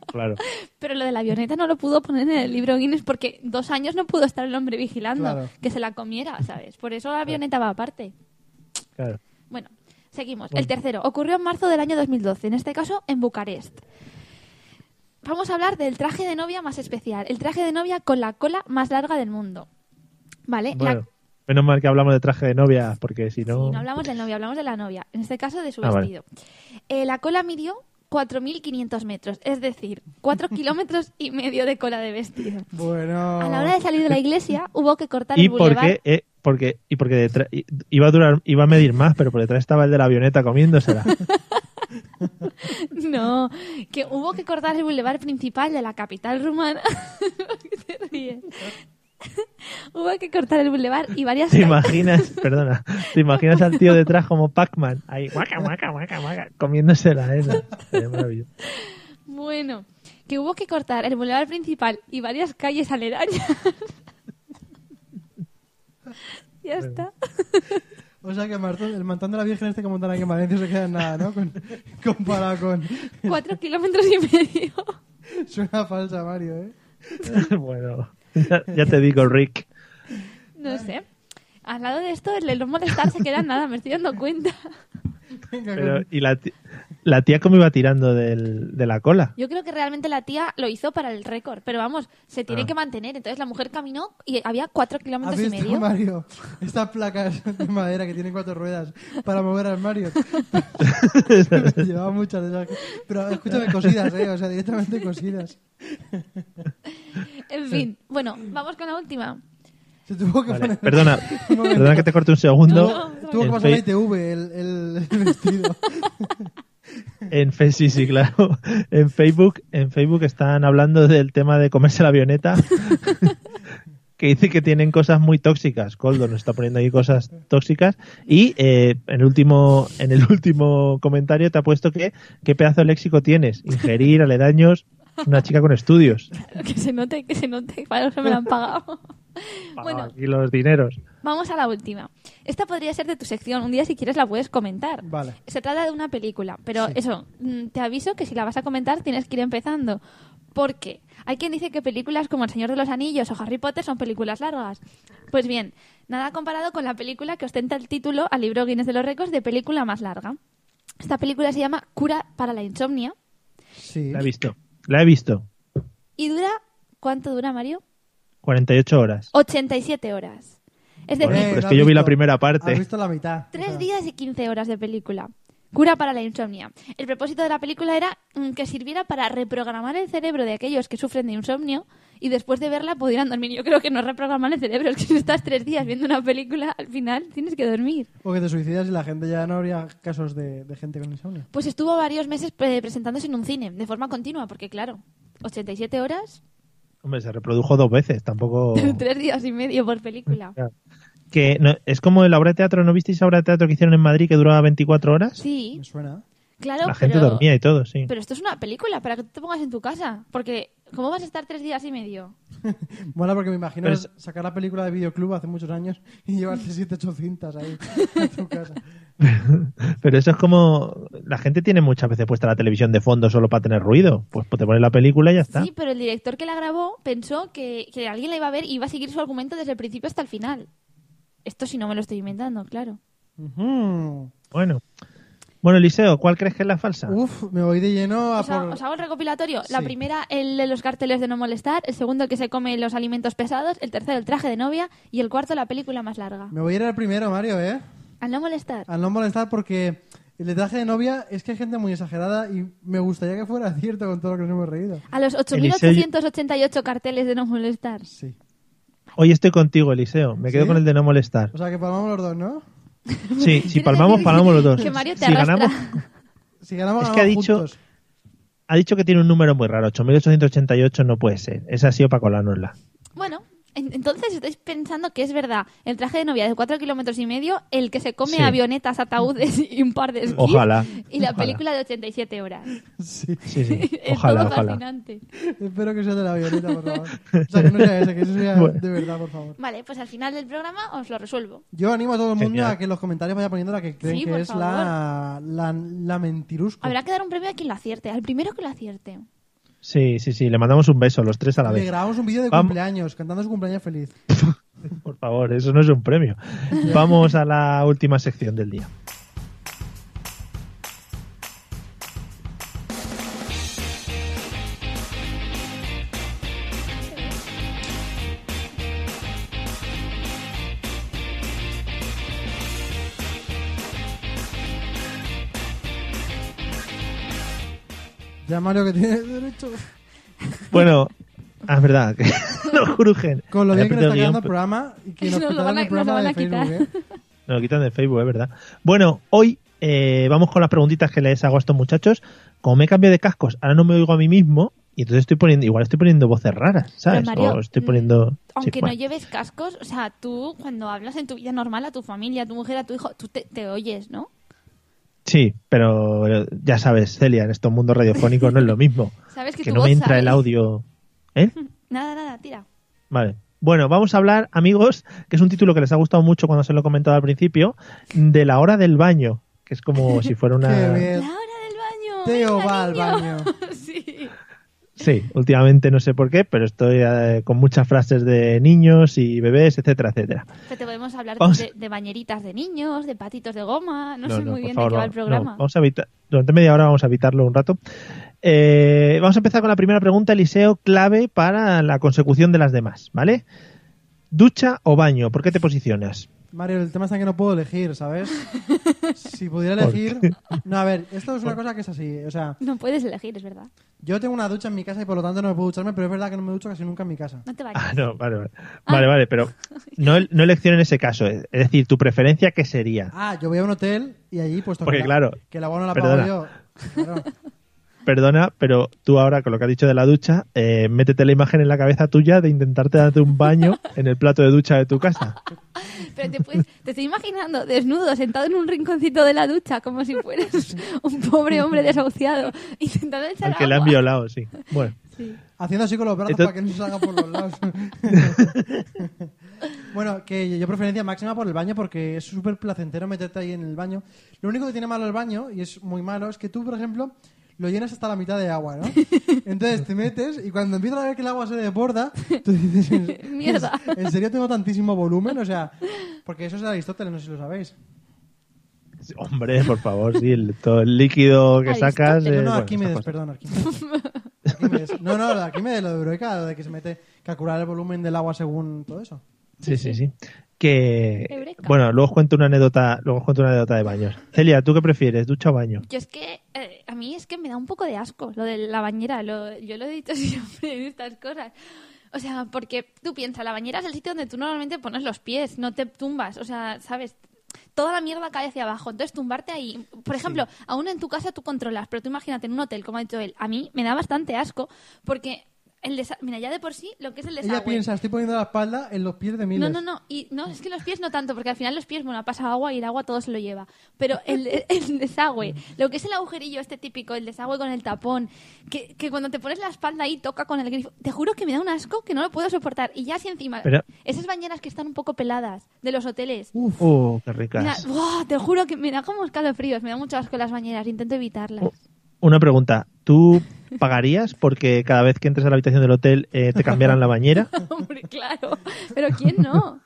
Claro,
Pero lo de la avioneta no lo pudo poner en el libro Guinness porque dos años no pudo estar el hombre vigilando
Claro.
que se la comiera, ¿sabes? Por eso la avioneta va aparte.
claro.
Bueno, seguimos. El tercero ocurrió en marzo del año 2012, en este caso en Bucarest. Vamos a hablar del traje de novia más especial, el traje de novia con la cola más larga del mundo. ¿Vale? La-
Bueno, menos mal que hablamos de traje de novia porque si
Sí,
no...
no hablamos del novio, hablamos de la novia, en este caso de su
Ah, vale.
vestido. Eh, la cola midió 4.500 metros, es decir, 4 kilómetros y medio de cola de vestido.
Bueno.
A la hora de salir de la iglesia hubo que cortar
y
el bulevar.
porque, eh, porque, y porque detrás- i- iba a durar, iba a medir más, pero por detrás estaba el de la avioneta comiéndosela.
No, que hubo que cortar el bulevar principal de la capital rumana. ¿Qué te ríes? hubo que cortar el bulevar y varias
¿Te imaginas, perdona, te imaginas al tío detrás como Pac-Man, ahí, guaca, guaca, guaca, guaca, comiéndosela esa. Sería maravilloso.
Bueno, que hubo que cortar el bulevar principal y varias calles aledañas. ya está.
O sea que el mantón, el mantón de la Virgen este que montan aquí en Valencia se queda en nada, ¿no? Con- comparado con...
Cuatro kilómetros y medio.
Suena falsa, Mario, ¿eh?
bueno, ya, ya te digo, Rick.
No sé. Al lado de esto, el de los molestar se queda nada, me estoy dando cuenta.
Venga,
Pero,
con-
y la, ti- la tía como iba tirando del- de la cola.
Yo creo que realmente la tía lo hizo para el récord, pero vamos, se tiene
Ah.
que mantener. Entonces la mujer caminó y había cuatro
¿Has
kilómetros y
visto,
medio.
Mario? Estas placas de madera que tienen cuatro ruedas para mover armarios. Llevaba muchas de esas. Pero escúchame, cosidas, ¿eh? O sea, directamente cosidas.
En fin, bueno, vamos con la última.
Se tuvo que
Vale,
poner...
perdona,
Un momento.
perdona que te corte un segundo.
Tuvo, tuvo que
En
pasar la
Fe-
ITV el, el- el vestido.
En Facebook, sí, sí, claro. En Facebook, en Facebook están hablando del tema de comerse la avioneta. que dice que tienen cosas muy tóxicas. Coldo nos está poniendo ahí cosas tóxicas. Y eh, en, el último, en el último comentario te ha puesto que qué pedazo de léxico tienes. Ingerir, aledaños, una chica con estudios.
Que se note, que se note, para eso me la han pagado. Bueno,
Y los dineros.
vamos a la última. Esta podría ser de tu sección. Un día, si quieres, la puedes comentar.
Vale.
Se trata de una película, pero eso, mm, te aviso que si la vas a comentar tienes que ir empezando. Porque hay quien dice que películas como El Señor de los Anillos o Harry Potter son películas largas. Pues bien, nada comparado con la película que ostenta el título al libro Guinness de los Récords de película más larga. Esta película se llama Cura para la Insomnia
Sí.
La he visto. La he visto.
y dura, ¿cuánto dura, Mario?
48 horas.
87 horas. Es
Bueno,
decir,
pero es
no
que
Eh, has
yo vi la
visto-
primera parte.
Has visto la mitad. O sea,
Tres días y 15 horas de película. Cura para la insomnia. El propósito de la película era mm, que sirviera para reprogramar el cerebro de aquellos que sufren de insomnio y después de verla pudieran dormir. Yo creo que no reprogramar el cerebro, es que si estás tres días viendo una película, al final tienes que dormir.
O que te suicidas y la gente ya no habría casos de, de gente con insomnio.
Pues estuvo varios meses eh, presentándose en un cine, de forma continua, porque claro, 87 horas,
Hombre, se reprodujo dos veces. Tampoco.
tres días y medio por película.
que no- es como la obra de teatro, ¿no visteis la obra de teatro que hicieron en Madrid que duraba 24 horas?
Sí,
Me suena.
claro,
la gente
pero-
dormía y todo, sí.
Pero esto es una película, para que tú te pongas en tu casa, porque ¿cómo vas a estar tres días y medio?
Mola porque me imagino
Pero es-
sacar la película de videoclub hace muchos años y llevarte siete ocho cintas ahí a tu casa.
Pero eso es como la gente tiene muchas veces puesta la televisión de fondo solo para tener ruido, pues te pones la película y ya está.
Sí, pero el director que la grabó pensó que, que alguien la iba a ver y iba a seguir su argumento desde el principio hasta el final. Esto si no me lo estoy inventando, claro.
Mm.
Ujú.
Bueno. Bueno, Eliseo, ¿cuál crees que es la falsa?
Uf, me voy de lleno
Ah,
a
Os, ha-
por...
os hago el recopilatorio. La
Sí.
primera, el de los carteles de no molestar. El segundo, el que se come los alimentos pesados. El tercero, el traje de novia. Y el cuarto, la película más larga.
Me voy a ir al primero, Mario, ¿eh?
Al no molestar.
Ah.
Al no molestar porque el detalle de novia es que hay gente muy exagerada y me gustaría que fuera cierto con todo lo que nos hemos reído.
A los 8.888 carteles de no molestar.
Sí.
Hoy estoy contigo, Eliseo. Me quedo
¿Sí?
con el de no molestar.
O sea, que palmamos los dos, ¿no?
Sí, si palmamos, palmamos los dos.
Que Mario te
si
arrastra.
ganamos,
Si ganamos,
Es que ha
ganamos
dicho-
juntos.
ha dicho que tiene un número muy raro. 8.888 no puede ser. Esa ha sido para colárnosla.
Bueno, en- entonces estáis pensando que es verdad. El traje de novia de 4 kilómetros y medio, el que se come
Sí.
avionetas, ataúdes y un par de esquís.
Ojalá.
Y la
Ojalá.
película de 87 horas.
Sí.
Sí, sí.
Es
Ojalá,
todo
ojalá.
fascinante.
Espero que sea de la violeta, por favor. O sea, que no sea ese, que eso sea
Bueno.
de verdad, por favor.
Vale, pues al final del programa os lo resuelvo.
Yo animo a todo el mundo
Genial.
a que en los comentarios vaya poniendo la que creen
Sí,
que
por
es la, la, la mentirusco.
Habrá que dar un premio a quien lo acierte, al primero que lo acierte.
Sí, sí, sí. Le mandamos un beso los tres a la
Le
vez.
grabamos un vídeo de
Vamos.
cumpleaños, cantando su cumpleaños feliz.
Por favor, eso no es un premio. Vamos a la última sección del día.
Ya, Mario, que tiene derecho.
Bueno, ah, es verdad que nos crujen.
Con lo
Había
bien que
perdido el
nos está quedando el
guión,
programa y que nos,
Nos lo
quitaron
van a-
el programa de
nos lo van a
Facebook, ¿eh?
pero nos lo quitan de Facebook, es verdad. Bueno, hoy eh, vamos con las preguntitas que les hago a estos muchachos. Como me he cambiado de cascos, ahora no me oigo a mí mismo y entonces estoy poniendo, igual estoy poniendo voces raras, ¿sabes?
Pero, Mario, mm,
o estoy poniendo. sí,
Aunque no
bueno.
lleves cascos, o sea, tú cuando hablas en tu vida normal a tu familia, a tu mujer, a tu hijo, tú te, te oyes, ¿no?
Sí, pero eh, ya sabes, Celia, en estos mundos radiofónicos no es lo mismo.
Sabes que,
que
tu
no
voz
me entra
sale.
el audio. ¿Eh?
Nada, nada, tira.
Vale. Bueno, vamos a hablar, amigos, que es un título que les ha gustado mucho cuando se lo he comentado al principio, de la hora del baño, que es como si fuera
Qué
una...
La
bien.
hora del baño.
Teo
venga,
va al
niño.
baño.
sí.
Sí, últimamente no sé por qué, pero estoy eh, con muchas frases de niños y bebés, etcétera, etcétera.
Pero te podemos hablar
Vamos.
de, de bañeritas de niños, de patitos de goma, no, sé muy
por
bien
favor,
de qué va
no,
el
no,
programa.
vamos a evitar, durante media hora vamos a evitarlo un rato. Eh, vamos a empezar con la primera pregunta, Eliseo, clave para la consecución de las demás, ¿vale? ¿Ducha o baño? ¿Por qué te posicionas?
Mario, el tema está en que no puedo elegir, ¿sabes? si pudiera
¿Por
elegir... No, a ver, esto es una cosa que es así. O sea,
No puedes elegir, es verdad.
yo tengo una ducha en mi casa y por lo tanto no me puedo ducharme, pero es verdad que no me ducho casi nunca en mi casa.
No te
Ah,
vayas.
no, vale, vale. Vale,
Ah.
vale, pero no, el- no elección en ese caso. Es es decir, tu preferencia, ¿qué sería?
Ah, yo voy a un hotel y allí, puesto
Porque,
que, la-
claro,
que el abono la
perdona.
pago yo. Claro.
Perdona, pero tú ahora, con lo que has dicho de la ducha, eh, métete la imagen en la cabeza tuya de intentarte darte un baño en el plato de ducha de tu casa.
Pero te, puedes- te estoy imaginando desnudo, sentado en un rinconcito de la ducha, como si fueras un pobre hombre desahuciado, intentando echar
Al que le han
agua.
violado, sí. Bueno,
Haciendo así con los brazos
Entonces-
para que no se salga por los lados. bueno, que yo preferencia máxima por el baño porque es súper placentero meterte ahí en el baño. Lo único que tiene malo el baño, y es muy malo, es que tú, por ejemplo, lo llenas hasta la mitad de agua, ¿no? Entonces te metes y cuando empiezas a ver que el agua se desborda, tú dices...
Mierda.
¿En serio tengo tantísimo volumen? O sea, porque eso es de Aristóteles, no sé si lo sabéis.
hombre, por favor, sí, el, todo el líquido que
Aristóteles.
sacas. eh,
No, no,
bueno,
Arquímedes,
esas cosas.
perdón, Arquímedes. Arquímedes. No, no, Arquímedes, lo de Eureka, lo de que se mete calcular el volumen del agua según todo eso.
Sí, sí, sí. Que,
Eureka.
bueno, luego os cuento una anécdota, luego os cuento una anécdota de baños. Celia, ¿tú qué prefieres, ducha o baño?
Yo es que, eh, a mí es que me da un poco de asco lo de la bañera. Lo, yo lo he dicho siempre en estas cosas. O sea, porque tú piensas, la bañera es el sitio donde tú normalmente pones los pies, no te tumbas. O sea, ¿sabes? Toda la mierda cae hacia abajo. Entonces, tumbarte ahí. Por ejemplo, aún en tu casa tú controlas, pero tú imagínate en un hotel, como ha dicho él. A mí me da bastante asco porque. El desa- Mira, ya de por sí, lo que es el desagüe.
Ella piensa, estoy poniendo la espalda en los pies de miles.
No, no, no. Y no, es que los pies no tanto, porque al final los pies, bueno, pasa agua y el agua todo se lo lleva. Pero el, el desagüe, lo que es el agujerillo este típico, el desagüe con el tapón, que, que cuando te pones la espalda ahí toca con el grifo, te juro que me da un asco que no lo puedo soportar. Y ya si encima,
Pero-
esas bañeras que están un poco peladas de los hoteles,
Uf, uh, qué ricas.
mira, ¡buah! te juro que me da como escalofríos, me da mucho asco las bañeras, intento evitarlas.
Oh, Una pregunta. ¿Tú pagarías porque cada vez que entres a la habitación del hotel eh, te cambiaran la bañera?
Hombre, claro, pero ¿quién no?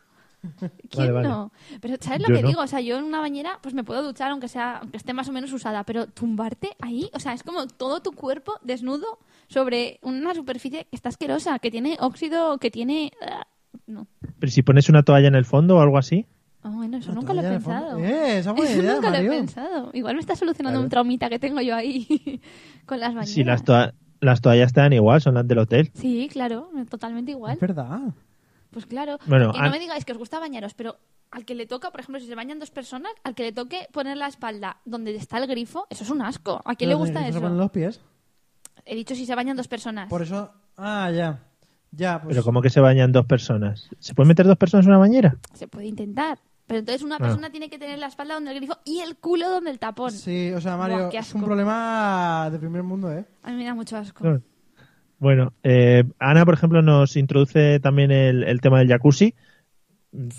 ¿Quién
Vale, vale.
no? Pero ¿sabes lo
Yo
que
no.
digo? O sea, yo en una bañera pues me puedo duchar aunque sea aunque esté más o menos usada, pero tumbarte ahí, o sea, es como todo tu cuerpo desnudo sobre una superficie que está asquerosa, que tiene óxido, que tiene ah, no.
Pero si pones una toalla en el fondo o algo así.
Ah, bueno, eso
Una
nunca lo he
toalla de fondo.
pensado.
Eh, esa buena
Eso
idea,
nunca
Mario.
lo he pensado. Igual me está solucionando un traumita que tengo yo ahí con las bañeras.
Si las, toa- las toallas te dan igual, son las del hotel.
Sí, claro, totalmente igual.
Es verdad.
Pues claro,
Bueno,
que
an-
no me digáis que os gusta bañaros, pero al que le toca, por ejemplo, si se bañan dos personas, al que le toque poner la espalda donde está el grifo, eso es un asco. ¿A quién le gusta
Se
eso?
ponen los pies.
He dicho si se bañan dos personas.
Por eso. Ah, ya. Ya, pues.
Pero ¿cómo que se bañan dos personas? ¿Se pueden meter dos personas en una bañera?
Se puede intentar. Pero entonces una persona tiene que tener la espalda donde el grifo y el culo donde el tapón.
Sí, o sea, Mario,
Buah, qué
es un
asco.
problema de primer mundo, ¿eh?
A mí me da mucho asco.
Claro. Bueno, eh, Ana, por ejemplo, nos introduce también el, el tema del jacuzzi.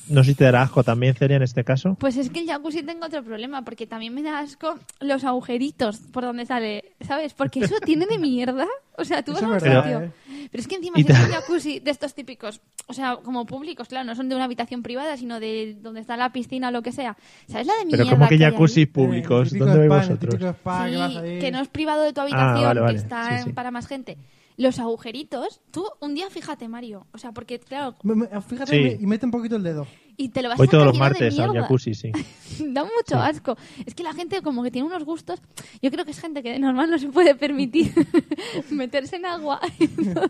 No sé si te dará asco también, Celia, en este caso.
Pues es que el jacuzzi tengo otro problema, porque también me da asco los agujeritos por donde sale, ¿sabes? Porque eso tiene de mierda. O sea, tú vas
Eso
a un
es verdad,
sitio.
¿eh?
Pero es que encima
Y
si es
ta-
un jacuzzi de estos típicos, o sea, como públicos, claro, no son de una habitación privada, sino de donde está la piscina o lo que sea. ¿Sabes la de mierda?
Pero ¿cómo que
hay ahí?
jacuzzi públicos?
Eh, el típico
¿Dónde vais
spa, el
vosotros?
típico spa que
Sí,
vas ahí.
que no es privado de tu
Ah, vale,
habitación,
vale.
que está
Sí, sí.
para más gente. Los agujeritos, tú un día fíjate, Mario. O sea, porque claro,
Me- me- fíjate
Sí.
y me- y mete un poquito el dedo.
y te lo vas
Voy
a
todos
sacar
los
lleno de
martes al
mierda.
jacuzzi, sí.
da mucho asco. Es que la gente como que tiene unos gustos. Yo creo que es gente que de normal no se puede permitir meterse en agua. Entonces,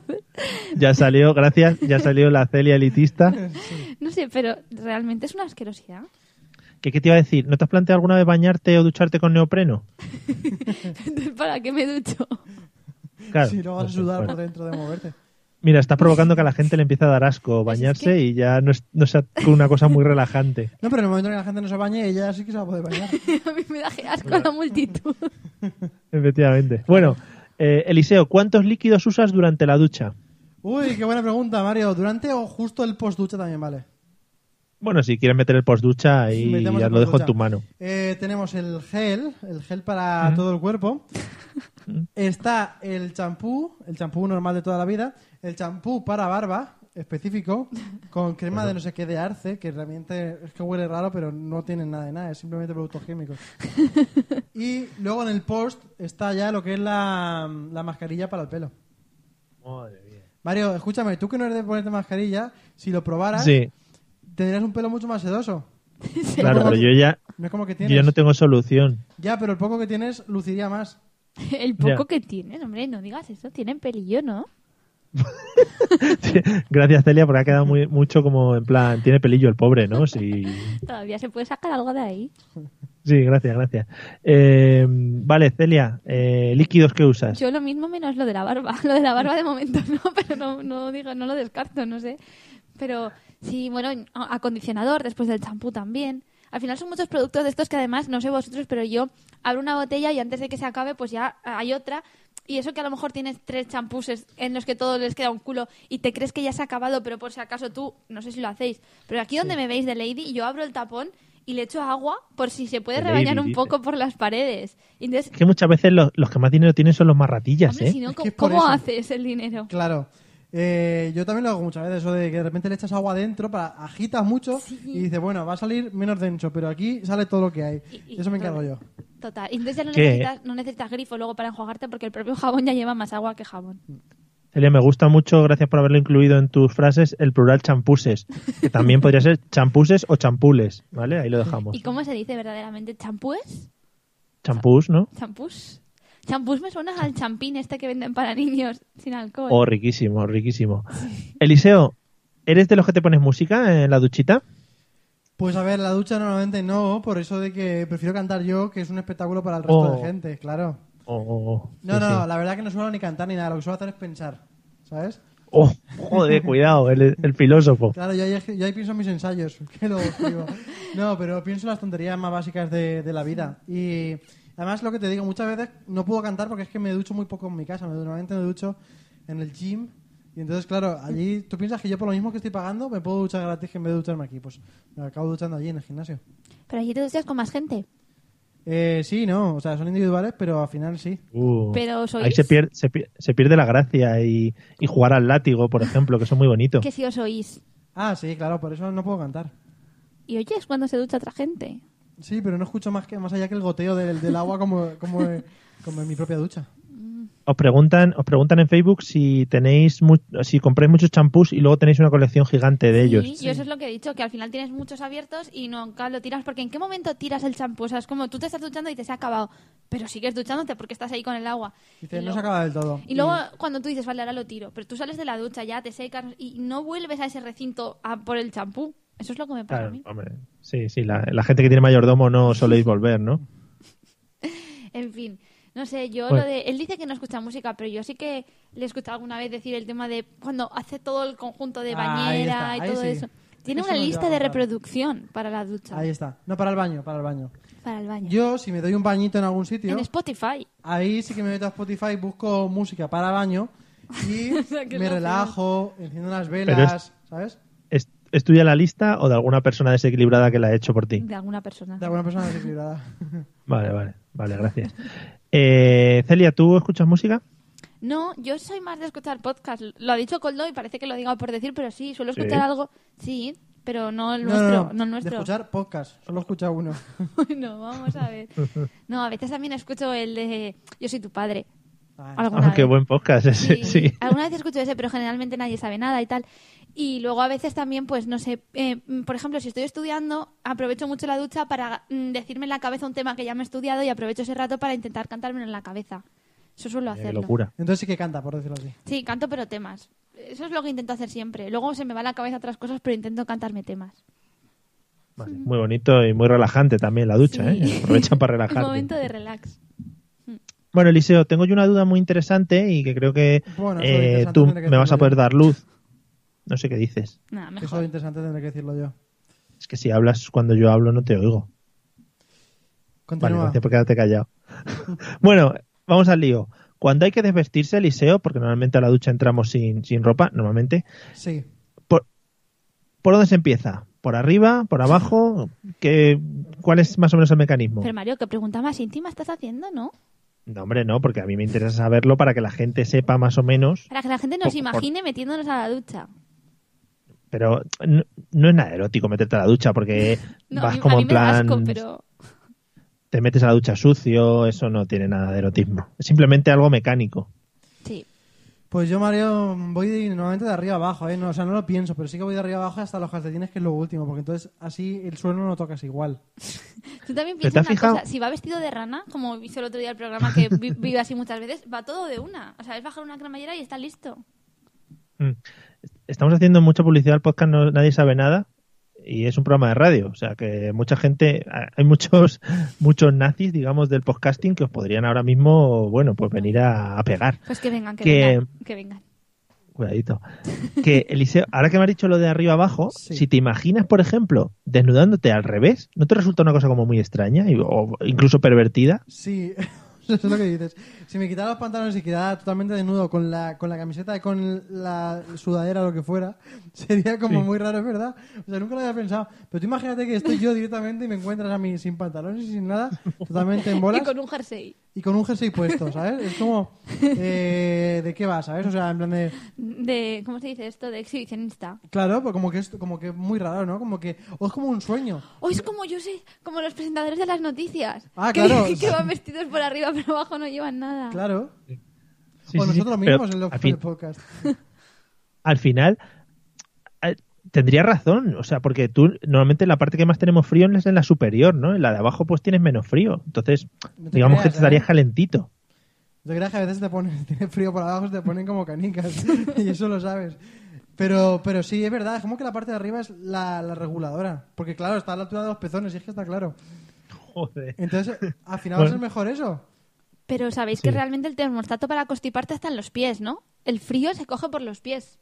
Ya salió, gracias, ya salió la Celia elitista.
no sé, pero realmente es una asquerosidad.
¿Qué, ¿Qué te iba a decir? ¿No te has planteado alguna vez bañarte o ducharte con neopreno?
Entonces, ¿para qué me ducho?
Claro.
Si no vas a
no sé,
sudar
bueno.
por dentro de moverte.
Mira, estás provocando que a la gente le empiece a dar asco
Pues
bañarse y ya no, es, no sea una cosa muy relajante.
No, pero en el momento en que la gente no se bañe, ella sí que se va a poder bañar.
A mí me da asco la multitud.
Efectivamente. Bueno, eh, Eliseo, ¿cuántos líquidos usas durante la ducha?
Uy, qué buena pregunta, Mario. ¿Durante o justo el post ducha también vale?
Bueno, si quieres meter el postducha ahí
Metemos
ya
el
lo dejo en
postducha.
tu mano.
Eh, tenemos el gel, el gel para todo el cuerpo. Está el champú, el champú normal de toda la vida. El champú para barba, específico, con crema de no sé qué de arce, que realmente es que huele raro, pero no tiene nada de nada, es simplemente productos químicos. y luego en el post está ya lo que es la, la mascarilla para el pelo. Mario, escúchame, tú que no eres de ponerte mascarilla, si lo probaras,
Sí,
tendrías un pelo mucho más sedoso.
claro, pero yo ya,
No es como que
yo
tienes.
ya no tengo solución.
Ya, pero el poco que tienes luciría más.
El poco
Ya.
que tienen, hombre, no digas eso. Tienen pelillo, ¿no?
Gracias, Celia, porque ha quedado muy, mucho como en plan, tiene pelillo el pobre, ¿no? Sí,
Todavía se puede sacar algo de ahí.
sí gracias, gracias. Eh, vale, Celia, eh, líquidos que usas.
Yo lo mismo menos lo de la barba. Lo de la barba de momento no, pero no, no digo, no lo descarto, no sé. Pero sí, bueno, a- acondicionador después del champú también. Al final son muchos productos de estos que además, no sé vosotros, pero yo abro una botella y antes de que se acabe pues ya hay otra. Y eso que a lo mejor tienes tres champús es- en los que todo les queda un culo y te crees que ya se ha acabado, pero por si acaso tú, no sé si lo hacéis, pero aquí donde me veis de Lady, yo abro el tapón y le echo agua por si se puede
De
rebañar
Lady,
un
dice.
poco por las paredes. Y entonces
Es que muchas veces los, los que más dinero tienen son los más ratillas,
Hombre,
¿eh?
si no,
Es que
¿cómo,
es por eso.
haces el dinero?
Claro. Eh, yo también lo hago muchas veces, eso de que de repente le echas agua adentro, para, agitas mucho y dices, bueno, va a salir menos denso, pero aquí sale todo lo que hay.
Y- y
eso me encargo yo.
todo. Total. Y entonces ya no
¿Qué?
necesitas, no necesitas grifo luego para enjuagarte porque el propio jabón ya lleva más agua que jabón.
Pues Celia, me gusta mucho, gracias por haberlo incluido en tus frases, el plural champuses, que también podría ser champuses o champules, ¿vale? Ahí lo dejamos.
¿Y cómo se dice verdaderamente? ¿Champúes?
Champús, ¿no?
¿Champús? Champús me suena al champín este que venden para niños sin alcohol.
Oh, riquísimo, riquísimo. Eliseo, ¿eres de los que te pones música en la duchita?
Pues a ver, la ducha normalmente no, por eso de que prefiero cantar yo, que es un espectáculo para el resto
Oh.
de gente, claro.
Oh, oh, oh.
No,
Sí,
no,
sí.
la verdad que no suelo ni cantar ni nada, lo que suelo hacer es pensar, ¿sabes?
Oh, joder, cuidado, el, el filósofo.
Claro, yo ahí, yo ahí pienso en mis ensayos, que luego escribo. No, pero pienso en las tonterías más básicas de, de la vida. Y además lo que te digo, muchas veces no puedo cantar porque es que me ducho muy poco en mi casa. Me- Normalmente me ducho en el gym. Y entonces, claro, allí tú piensas que yo por lo mismo que estoy pagando me puedo duchar gratis que en vez de ducharme aquí. Pues me acabo duchando allí en el gimnasio.
Pero allí te duchas con más gente.
Eh, sí, no, o sea, son individuales, pero al final sí.
Uh,
Pero
ahí
sois-
se pierde, se, pier- se pierde la gracia y, y jugar al látigo, por ejemplo, que son muy bonitos.
Que si os oís.
Ah, sí, claro, por eso no puedo cantar.
Y oyes cuando se ducha otra gente.
Sí, pero no escucho más, que, más allá que el goteo del, del agua como, como, como en mi propia ducha.
Os preguntan, os preguntan en Facebook si tenéis mu- si compráis muchos champús y luego tenéis una colección gigante de ellos.
Sí, yo eso es lo que he dicho, que al final tienes muchos abiertos y nunca lo tiras, porque ¿en qué momento tiras el champú? O sea, es como tú te estás duchando y te se ha acabado, pero sigues duchándote porque estás ahí con el agua.
Dice,
Y
no
luego-
se acaba del todo.
Y luego cuando tú dices, vale, ahora lo tiro, pero tú sales de la ducha, ya te secas y no vuelves a ese recinto a por el champú. Eso es lo que me pasa a
Claro,
mí.
hombre. Sí, sí, la, la gente que tiene mayordomo no soléis volver, ¿no?
En fin, no sé, yo
Bueno.
lo de... Él dice que no escucha música, pero yo sí que le he escuchado alguna vez decir el tema de cuando hace todo el conjunto de
Ahí
bañera
está,
y
ahí
todo
sí.
eso. Tiene
Eso
una
no lo
lista
llevaba,
de
claro.
reproducción para la ducha,
Ahí está. No, para el baño, para el baño.
para el baño.
Yo, si me doy un bañito en algún sitio,
En Spotify.
ahí sí que me meto a Spotify, busco música para baño y
sea, que
me
no
relajo, enciendo unas
es-
velas, ¿sabes?
¿Es, es tuya la lista o de alguna persona desequilibrada que la ha hecho por ti?
de alguna persona.
De alguna persona desequilibrada.
Vale, vale, vale, gracias. Eh, Celia, ¿tú escuchas música?
No, yo soy más de escuchar podcast. Lo ha dicho Coldo y parece que lo diga por decir, pero sí, suelo escuchar algo. Sí, pero no el nuestro. No, el nuestro.
De escuchar podcast, solo escucha uno.
Bueno, vamos a ver. No, a veces también escucho el de Yo soy tu padre.
Ah,
Alguna
Ah, qué
vez.
buen podcast ese,
Sí,
sí.
Alguna vez escucho ese, pero generalmente nadie sabe nada y tal. Y luego a veces también, pues no sé, eh, mm, por ejemplo, si estoy estudiando, aprovecho mucho la ducha para mm, decirme en la cabeza un tema que ya me he estudiado y aprovecho ese rato para intentar cantármelo en la cabeza. Eso suelo
Qué
hacerlo.
locura.
Entonces sí que canta, por decirlo así.
Sí, canto pero temas. Eso es lo que intento hacer siempre. Luego se me va a la cabeza otras cosas, pero intento cantarme temas.
Vale, muy bonito y muy relajante también la ducha,
Sí.
¿eh? Aprovechan para
Es
relajarte.
momento de relax.
Bueno, Eliseo, tengo yo una duda muy interesante y que creo que
Bueno, eso
eh,
de interesante
tú
tiene que
me vas a
decirlo
poder
yo.
dar luz. No sé qué dices.
Nada,
Que Eso es
mejor.
interesante, tendré que decirlo yo.
Es que si hablas cuando yo hablo no te oigo. Vale,
Continúa.
gracias por quedarte callado. bueno, vamos al lío. Cuando hay que desvestirse, Eliseo, porque normalmente a la ducha entramos sin, sin ropa, normalmente,
Sí.
¿por dónde se empieza? ¿Por arriba? ¿Por abajo? ¿Qué, ¿Cuál es más o menos el mecanismo?
Pero Mario, ¿qué pregunta más íntima estás haciendo, no?
No, hombre, no, porque a mí me interesa saberlo para que la gente sepa más o menos,
Para que la gente
Por-
nos
por-
imagine metiéndonos a la ducha.
pero no, no es nada erótico meterte a la ducha porque
No, a
vas
mí,
como
a mí
en
me da
plan...
asco, pero...
Te metes a la ducha sucio, eso no tiene nada de erotismo. Es simplemente algo mecánico.
Sí.
Pues yo, Mario, voy de- normalmente de arriba abajo, ¿eh? No, o sea, no lo pienso, pero sí que voy de arriba abajo hasta los calcetines, que es lo último, porque entonces así el suelo no lo tocas igual.
Tú también
¿Pero te
piensas
has
una
fijado?
cosa. Si va vestido de rana, como hizo el otro día el programa que vi- vive así muchas veces, va todo de una. O sea, es bajar una cremallera y está listo.
Mm. Estamos haciendo mucha publicidad al podcast, no- nadie sabe nada. Y es un programa de radio, o sea que mucha gente, a- hay muchos, muchos nazis, digamos, del podcasting que os podrían ahora mismo, bueno, pues venir a, a pegar.
Pues que vengan, que,
Que-
vengan. Que vengan.
Cuidadito. Que Eliseo, ahora que me has dicho lo de arriba abajo,
Sí.
si te imaginas, por ejemplo, desnudándote al revés, ¿no te resulta una cosa como muy extraña y- o incluso pervertida?
Sí, eso es lo que dices. Si me quitara los pantalones y quedara totalmente desnudo con la, con la camiseta y con la sudadera o lo que fuera, sería como muy raro, es verdad. O sea, nunca lo había pensado. Pero tú imagínate que estoy yo directamente y me encuentras a mí sin pantalones y sin nada, totalmente en bolas.
Y con un jersey.
y con un jersey puesto, ¿sabes? Es como, eh, ¿de qué va, sabes? O sea, en plan de,
De, ¿Cómo se dice esto? De exhibicionista.
claro, pues como que es como que es muy raro, ¿no? Como que, o es como un sueño.
Hoy Oh, es como yo sé, como los presentadores de las noticias.
Ah,
que,
claro.
Que van vestidos por arriba, pero abajo no llevan nada.
Claro.
Sí,
o
sí, sí,
nosotros
pero
mismos en los
al fin-
podcast.
al final eh, tendría razón, o sea, porque tú normalmente la parte que más tenemos frío es en la superior, ¿no? En la de abajo pues tienes menos frío, entonces
No te
digamos que
creas,
te estarías
¿eh?
calentito.
Yo creo que a veces te ponen, tiene frío por abajo, te ponen como canicas. y eso lo sabes. Pero, pero sí, es verdad, es como que la parte de arriba es la, la reguladora. Porque claro, está a la altura de los pezones, y es que está claro.
Joder.
Entonces, al final va a
Bueno.
ser mejor eso.
Pero sabéis que realmente el termostato para constiparte está en los pies, ¿no? El frío se coge por los pies.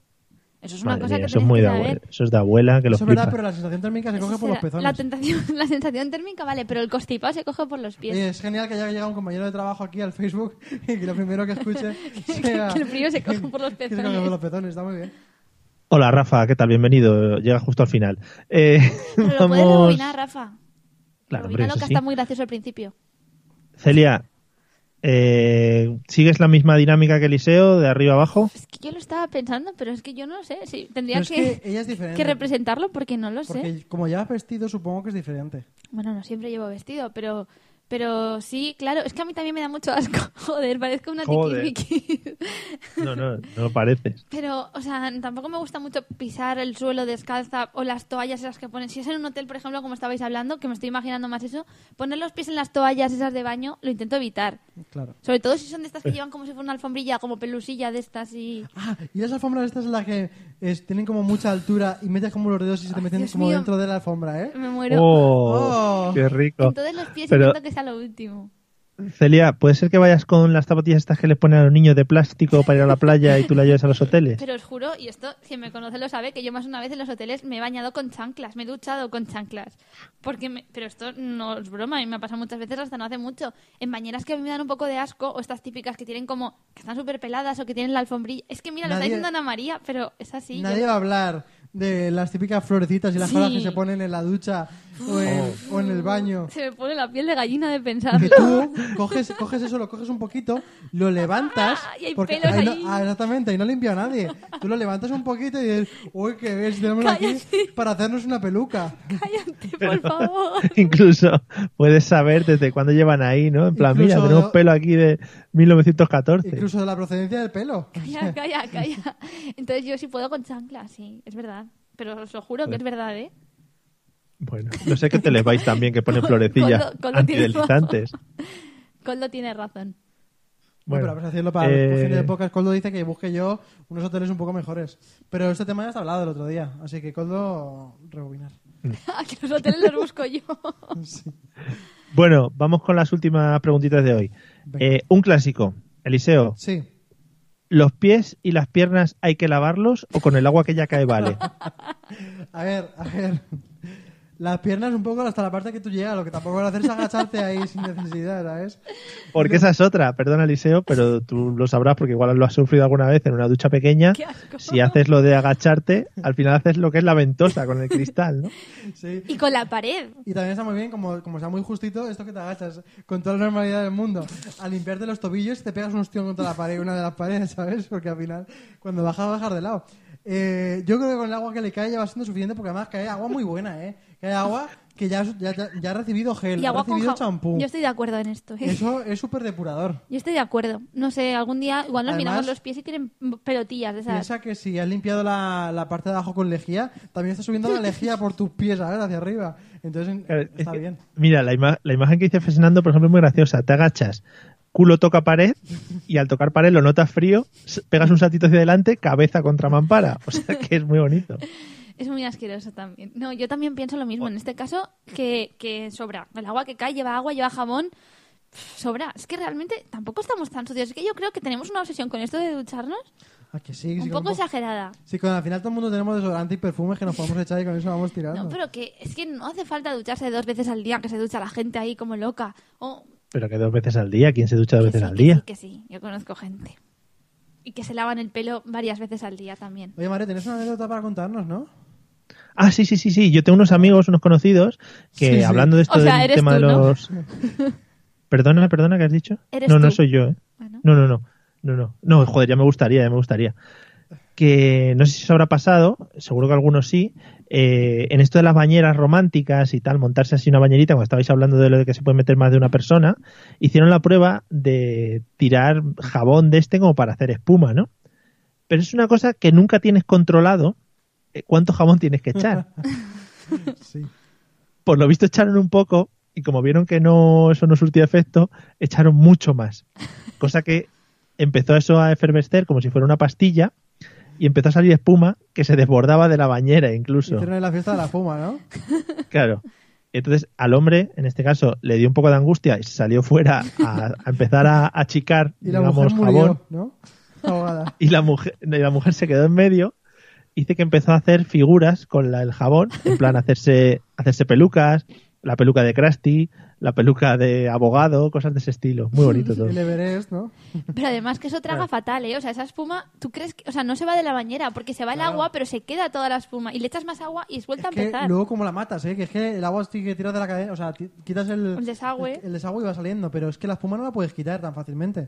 Eso es una
Madre
cosa
mía,
que
eso es
tenéis
muy
que
de
saber.
abuela, eso es de abuela que lo
Eso es verdad,
flipa.
pero la sensación térmica se coge por los
Será- La
pezones.
tentación, la sensación térmica, vale, pero el constipado se coge por los pies.
Oye, es genial que haya llegado un compañero de trabajo aquí al Facebook y que lo primero que escuche sea...
que el frío se coge por los
que se coge
pezones.
por los pezones, está muy bien.
Hola Rafa, ¿qué tal? Bienvenido, llega justo al final. Eh,
Pero lo puedes
vamos-
rebobinar, Rafa.
Claro, hombre,
Rebobinalo,
eso
que
sí.
está muy gracioso al principio.
Celia, eh, ¿sigues la misma dinámica que Eliseo, de arriba abajo?
Es que yo lo estaba pensando, pero es que yo no sé. si tendría
Pero es
que,
que ella es diferente.
que representarlo porque no lo sé.
Porque como llevas vestido, supongo que es diferente.
Bueno, no siempre llevo vestido, pero pero sí, claro. Es que a mí también me da mucho asco. Joder, parezco una
Joder.
tiquimiqui.
No, no, no lo pareces.
Pero, o sea, tampoco me gusta mucho pisar el suelo descalza o las toallas esas que ponen. Si es en un hotel, por ejemplo, como estabais hablando, que me estoy imaginando más eso, poner los pies en las toallas esas de baño lo intento evitar.
Claro.
Sobre todo si son de estas que llevan como si fuera una alfombrilla, como pelusilla de estas y...
Ah, y las alfombras estas en las que es- tienen como mucha altura y metes como los dedos y se te meten
Dios
como
mío.
dentro de la alfombra, ¿eh?
Me muero.
¡Oh!
Oh.
¡Qué rico!
Entonces los pies
Pero,
intento que sea lo último.
Celia, ¿puede ser que vayas con las zapatillas estas que les ponen a los niños de plástico para ir a la playa y tú las lleves a los hoteles?
Pero os juro, y esto, quien me conoce lo sabe, que yo más una vez en los hoteles me he bañado con chanclas, me he duchado con chanclas. Porque me- Pero esto no es broma, y me ha pasado muchas veces hasta no hace mucho. En bañeras que a mí me dan un poco de asco, o estas típicas que tienen como... que están súper peladas o que tienen la alfombrilla. Es que mira, lo está
Nadie-
diciendo Ana María, pero es así. yo-
Nadie va a hablar de las típicas florecitas y las
Sí.
jodas que se ponen en la ducha o en, o en el baño.
Se me pone la piel de gallina de
Que
pensarlo.
tú coges, coges eso, lo coges un poquito, lo levantas.
Y hay pelos
ahí no-
ahí.
ah, exactamente, ahí no limpia a nadie. Tú lo levantas un poquito y dices, uy, qué ves, tenemos aquí para hacernos una peluca.
Cállate, por favor.
Incluso puedes saber desde cuándo llevan ahí, ¿no? En plan, mira,
Incluso-
tenemos pelo aquí de 1914.
Incluso de la procedencia del pelo.
Calla, calla, calla. Entonces yo sí puedo con chanclas, sí, es verdad. Pero os lo juro que es verdad, ¿eh?
Bueno, no sé qué te les vais también que ponen florecillas
Con lo- con lo
antideslizantes.
Coldo tiene razón.
Bueno, pero vamos a hacerlo para
eh,
la gente de podcast. Coldo dice que busque yo unos hoteles un poco mejores. Pero este tema ya está hablado el otro día, así que Coldo, rebobinar.
A que los hoteles los busco yo.
Sí.
Bueno, vamos con las últimas preguntitas de hoy.
Venga.
Eh, un clásico. Eliseo,
Sí.
¿los pies y las piernas hay que lavarlos o con el agua que ya cae vale?
A ver, a ver. Las piernas un poco hasta la parte que tú llegas, lo que tampoco vas a hacer es agacharte ahí sin necesidad, ¿sabes?
Porque esa es otra, perdona Eliseo, pero tú lo sabrás porque igual lo has sufrido alguna vez en una ducha pequeña.
Qué asco.
Si haces lo de agacharte, al final haces lo que es la ventosa con el cristal, ¿no?
Sí.
Y con la pared.
Y también está muy bien, como, como está muy justito, esto que te agachas con toda la normalidad del mundo. Al limpiarte los tobillos te pegas un ostión contra la pared, una de las paredes, ¿sabes? Porque al final, cuando bajas, vas a bajar de lado. Eh, yo creo que con el agua que le cae ya va siendo suficiente porque además cae agua muy buena, ¿eh? Cae agua que ya, ya, ya- ya ha recibido gel,
Y
ha
agua con
recibido
jabón.
champú.
Yo estoy de acuerdo en esto. ¿eh?
Eso es súper depurador.
Yo estoy de acuerdo. No sé, algún día igual nos
Además-
miramos los pies y tienen pelotillas de esas.
Piensa que si has limpiado la, la parte de abajo con lejía, también está subiendo la lejía por tus pies, ¿sabes? Hacia arriba. Entonces en-
Claro, es
está
que-
bien.
Mira, la, ima- la imagen que dice Fernando, por ejemplo, es muy graciosa. Te agachas, culo toca pared y al tocar pared lo notas frío, s- pegas un saltito hacia adelante, cabeza contra mampara. O sea que es muy bonito.
Es muy asqueroso también. No, yo también pienso lo mismo. En este caso, que, que sobra. El agua que cae lleva agua, lleva jabón. Pff, Sobra. Es que realmente tampoco estamos tan sucios. Es que yo creo que tenemos una obsesión con esto de ducharnos
¿A que sí?
un
Sí,
poco
con-
exagerada.
Sí, con, al final todo el mundo tenemos desodorante y perfumes que nos podemos echar y con eso vamos tirando.
No, pero que es que no hace falta ducharse dos veces al día, que se ducha la gente ahí como loca. O
Pero que dos veces al día, ¿quién se ducha dos
Que
veces
sí,
al
que
día?
Sí, que sí, yo conozco gente. Y que se lavan el pelo varias veces al día también.
Oye, Mario, ¿tienes una anécdota para contarnos, no?
Ah, sí, sí, sí, sí. Yo tengo unos amigos, unos conocidos, que
Sí, sí.
hablando de esto
O sea,
del
eres
tema
tú,
de
¿no?
los. Perdona, perdona, ¿qué has dicho?
Eres
no, no
tú.
soy yo, ¿eh?
Ah, ¿no?
No, no, no. No, no. No, joder, ya me gustaría, ya me gustaría. Que no sé si os habrá pasado, seguro que algunos sí, eh, en esto de las bañeras románticas y tal, montarse así una bañerita, cuando estabais hablando de lo de que se puede meter más de una persona, hicieron la prueba de tirar jabón de este como para hacer espuma, ¿no? Pero es una cosa que nunca tienes controlado eh, cuánto jabón tienes que echar.
Sí.
Por lo visto echaron un poco y como vieron que no eso no surtía efecto, echaron mucho más. Cosa que empezó eso a efervescer como si fuera una pastilla y empezó a salir espuma que se desbordaba de la bañera incluso.
Hicieron en la fiesta de la fuma, ¿no?
Claro. Entonces al hombre, en este caso, le dio un poco de angustia y se salió fuera a, a empezar a achicar,
Y la
digamos,
mujer murió,
jabón.
¿no? Ahogada.
y la mujer, y la mujer se quedó en medio. Dice que empezó a hacer figuras con la- el jabón, en plan hacerse, hacerse pelucas, la peluca de Krusty, la peluca de abogado, cosas de ese estilo. Muy bonito todo.
El Everest, ¿no?
Pero además que eso traga fatal, ¿eh? O sea, esa espuma, tú crees que, o sea, no se va de la bañera porque se va el agua, pero se queda toda la espuma y le echas más agua y es vuelta a
Que
empezar.
luego como la matas, ¿eh? Que es que el agua sigue tirada de la cadena, o sea, ti- quitas el,
El desagüe.
el, el desagüe y va saliendo, pero es que la espuma no la puedes quitar tan fácilmente.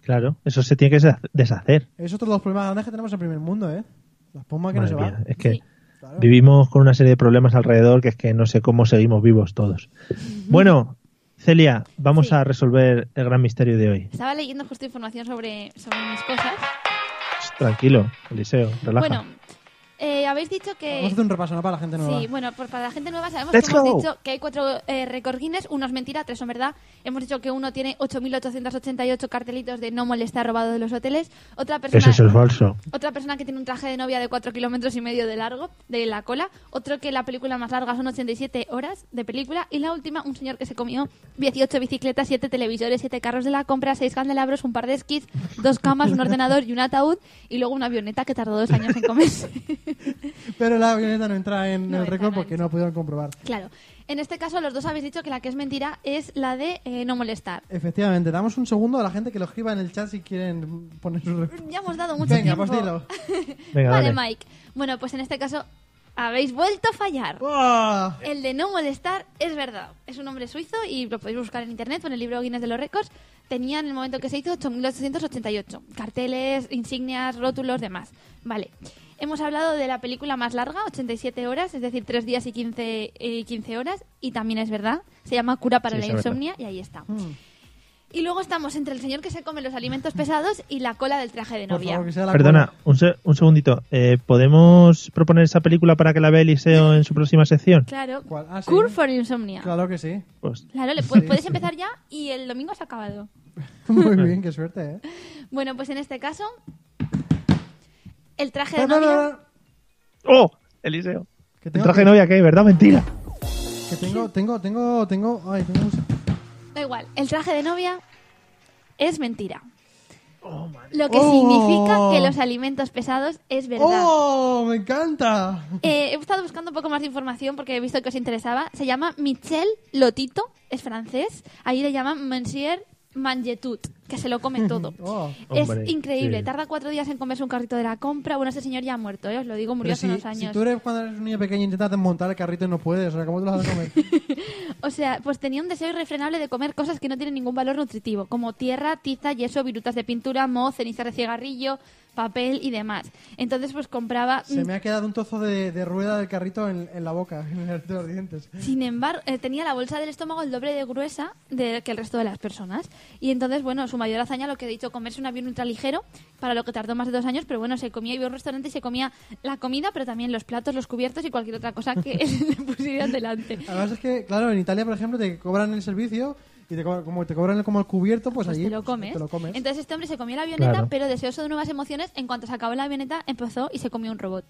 Claro, eso se tiene que desha- deshacer.
Es otro de los problemas grandes que tenemos en el primer mundo, ¿eh? La espuma que
Madre
no se
mía,
va.
es que
Claro.
vivimos con una serie de problemas alrededor que es que no sé cómo seguimos vivos todos. Bueno, Celia, vamos
Sí.
a resolver el gran misterio de hoy.
Estaba leyendo justo información sobre, sobre mis cosas.
Tranquilo, Eliseo, relaja.
Bueno, eh, habéis dicho que...
Vamos a hacer un repaso, ¿no? Para la gente nueva.
Sí, bueno, pues para la gente nueva sabemos
Let's
que hemos
go.
dicho que hay cuatro eh, récord Guinness, uno es mentira, tres son verdad. Hemos dicho que uno tiene 8.888 cartelitos de no molestar robado de los hoteles. Otra persona,
Eso es el falso.
otra persona que tiene un traje de novia de 4 kilómetros y medio de largo, de la cola. Otro que la película más larga son 87 horas de película. Y la última, un señor que se comió 18 bicicletas, 7 televisores, 7 carros de la compra, 6 candelabros, un par de esquís, dos camas, un ordenador y un ataúd. Y luego una avioneta que tardó dos años en comerse.
Pero la avioneta no entra en
No
el
entra,
récord
no
porque
entra.
no pudieron comprobar.
Claro. En este caso, los dos habéis dicho que la que es mentira es la de eh, no molestar.
Efectivamente, damos un segundo a la gente que lo escriba en el chat si quieren poner su respuesta.
Ya hemos dado mucho
Venga,
tiempo.
pues dilo.
Venga,
vale,
dale.
Mike. Bueno, pues en este caso habéis vuelto a fallar.
¡Buah!
El de no molestar es verdad. Es un hombre suizo y lo podéis buscar en internet o en el libro Guinness de los Récords. Tenía en el momento que se hizo 8.888. Carteles, insignias, rótulos, demás. Vale. Hemos hablado de la película más larga, 87 horas, es decir, 3 días y 15, eh, 15 horas. Y también es verdad. Se llama Cura para
Sí,
la
eso es verdad.
Insomnia y ahí está.
Mm.
Y luego estamos entre el señor que se come los alimentos pesados y la cola del traje de
Por
novia.
favor, que sea la
Perdona,
cola.
un, se- un segundito. Eh, ¿Podemos proponer esa película para que la vea Eliseo en su próxima sección?
Claro.
¿Cuál? Ah, sí.
Cure for Insomnia.
Claro
Claro,
que sí.
Pues,
le puedes,
Sí,
puedes
sí.
empezar ya y el domingo se ha acabado.
Muy bien, qué suerte, ¿eh?
Bueno, pues en este caso, el traje de novia.
¡Oh! Eliseo.
Que
El
tengo,
traje de novia que hay, ¿verdad? Mentira.
que tengo, tengo, tengo, tengo, ay, tengo un-
Da igual, el traje de novia es mentira. Lo que
Oh.
significa que los alimentos pesados es verdad.
¡Oh! ¡Me encanta!
Eh, he estado buscando un poco más de información porque he visto que os interesaba. Se llama Michel Lotito, es francés. Ahí le llaman Monsieur Mangetut, que se lo come todo.
Oh.
Es
Hombre,
increíble,
sí.
tarda cuatro días en comerse un carrito de la compra. Bueno, ese señor ya ha muerto, ¿eh? os lo digo, murió
Pero
hace
si,
unos años.
si tú eres cuando eres un niño pequeño intentas desmontar el carrito y no puedes, o sea, ¿cómo te lo vas a comer?
O sea, pues tenía un deseo irrefrenable de comer cosas que no tienen ningún valor nutritivo, como tierra, tiza, yeso, virutas de pintura, moho, cenizas de cigarrillo, papel y demás. Entonces, pues compraba...
Se me ha quedado un tozo de, de rueda del carrito en, en la boca, en el carrito de los dientes.
Sin embargo, eh, tenía la bolsa del estómago el doble de gruesa de que el resto de las personas. Y entonces, bueno, su mayor hazaña, lo que he dicho, comerse un avión ultraligero, para lo que tardó más de dos años, pero bueno, se comía, iba a un restaurante y se comía la comida, pero también los platos, los cubiertos y cualquier otra cosa que le pusieran delante.
Además es que, claro, en Italia, por ejemplo, te cobran el servicio y te co- como te cobran el- como el cubierto, pues,
Pues
allí
te lo comes.
te lo comes.
Entonces este hombre se comió la avioneta,
Claro.
pero deseoso de nuevas emociones, en cuanto se acabó la avioneta, empezó y se comió un robot.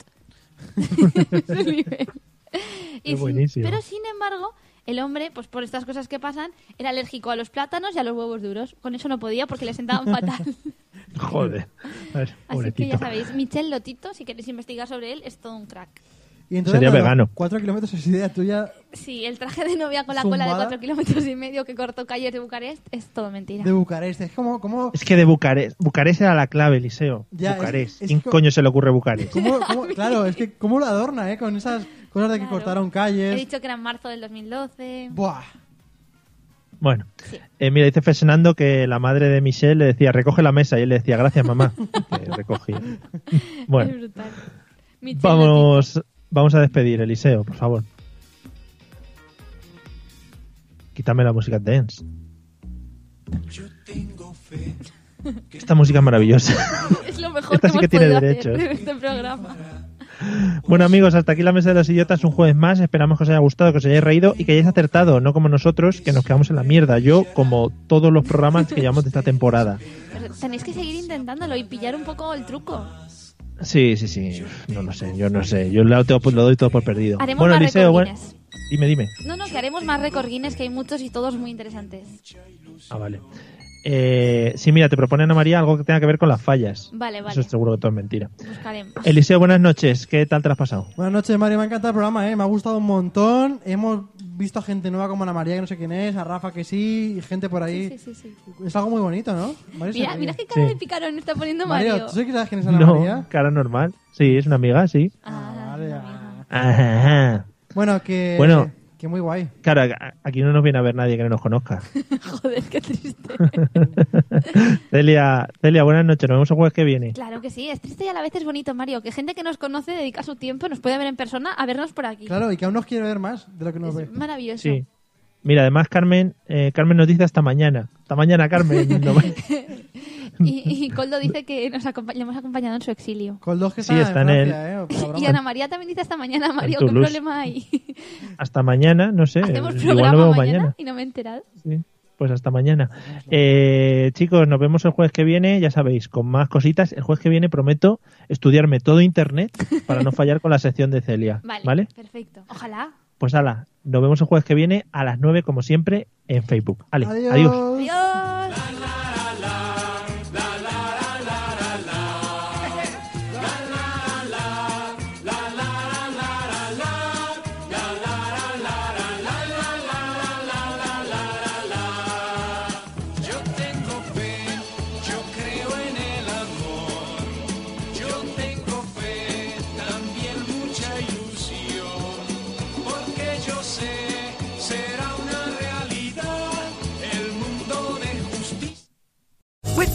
Es el nivel. Y sin-
buenísimo.
pero sin embargo, el hombre, pues por estas cosas que pasan, era alérgico a los plátanos y a los huevos duros. Con eso no podía porque le sentaban fatal.
Joder. A ver,
Así que
pobrecito.
ya sabéis, Michel Lotito, si queréis investigar sobre él, es todo un crack.
Y entonces,
Sería
nada,
vegano.
Cuatro kilómetros es idea tuya
Sí, el traje de novia con la cola de
Zumbada.
4 kilómetros y medio que cortó calles de Bucarest es todo mentira.
de Bucarest. Es como, como,
Es que de Bucarest. Bucarest era la clave, Eliseo.
Ya, es-
Bucarest.
es
¿Quién
co-
coño se le ocurre Bucarest?
como, como- claro, es que cómo lo adorna, ¿eh? Con esas cosas de que
Claro.
cortaron
He
calles.
dicho que era en marzo del 2012.
Buah.
Bueno,
Sí.
eh, mira, dice Fernando que la madre de Michelle le decía, recoge la mesa. Y él le decía, gracias, mamá. que recogía.
Es
Bueno,
brutal. Michel Lotito.
vamos, vamos a despedir, Eliseo, por favor. Quítame la música dance. Esta música es maravillosa.
Es lo mejor
Esta
que
sí
hemos
que tiene
podido
derechos.
hacer en este programa.
Bueno amigos, hasta aquí la mesa de los idiotas un jueves más. Esperamos que os haya gustado, que os hayáis reído y que hayáis acertado, no como nosotros, que nos quedamos en la mierda. Yo, como todos los programas que llevamos de esta temporada.
Pero tenéis que seguir intentándolo y pillar un poco el truco.
Sí, sí, sí. No lo sé, yo no sé. Yo lo, tengo- lo doy todo por perdido.
Haremos
bueno,
más
Eliseo,
récord
bueno,
Guinness.
dime, dime.
No, no, que haremos más récord Guinness, que hay muchos y todos muy interesantes.
Ah, vale. Eh, sí, mira, te propone Ana María algo que tenga que ver con las fallas.
Vale, vale.
Eso es seguro que todo es mentira.
Buscaremos.
Eliseo, buenas noches. ¿Qué tal te lo has pasado?
Buenas noches, Mario. Me ha encantado el programa, ¿eh? Me ha gustado un montón. Hemos visto a gente nueva como Ana María, que no sé quién es, a Rafa, que sí, y gente por ahí.
Sí, sí, sí, sí.
Es algo muy bonito, ¿no? Mario se
Mira,
ríe.
mira qué cara
Sí.
de picarón está poniendo
Mario,
Mario.
¿tú sí que sabes quién es Ana
No,
María?
cara normal. Sí, es una amiga, sí.
Ah,
Vale,
amiga.
ah.
Ajá.
Bueno, que,
Bueno.
que muy guay.
Claro, a- aquí no nos viene a ver nadie que no nos conozca.
Joder, qué triste.
Celia, Celia, buenas noches. Nos vemos el jueves que viene.
Claro que sí, es triste y a la vez es bonito, Mario, que gente que nos conoce dedica su tiempo, nos puede ver en persona, a vernos por aquí.
Claro, y que aún nos quiere ver más de lo que nos ve.
Es maravilloso.
Sí. Mira, además Carmen, eh, Carmen nos dice hasta mañana. Hasta mañana, Carmen. No me-
Y, y Coldo dice que nos acompa- le hemos acompañado en su exilio.
Con dos que
Sí,
está
está en
en
él.
Francia, ¿eh? Por la
Y
broma.
Ana María también dice hasta mañana, Mario, qué
Toulouse.
problema hay.
hasta mañana, no sé.
Hacemos
Eh, Igual nos
programa
vemos
mañana,
mañana.
y no me he enterado.
Sí, Pues hasta mañana. Eh, chicos, nos vemos el jueves que viene, ya sabéis, con más cositas. El jueves que viene prometo estudiarme todo Internet para no fallar con la sección de Celia.
Vale,
Vale.
perfecto. Ojalá.
Pues ala, nos vemos el jueves que viene a las 9 como siempre en Facebook. Ale, adiós.
Adiós.
Adiós.
With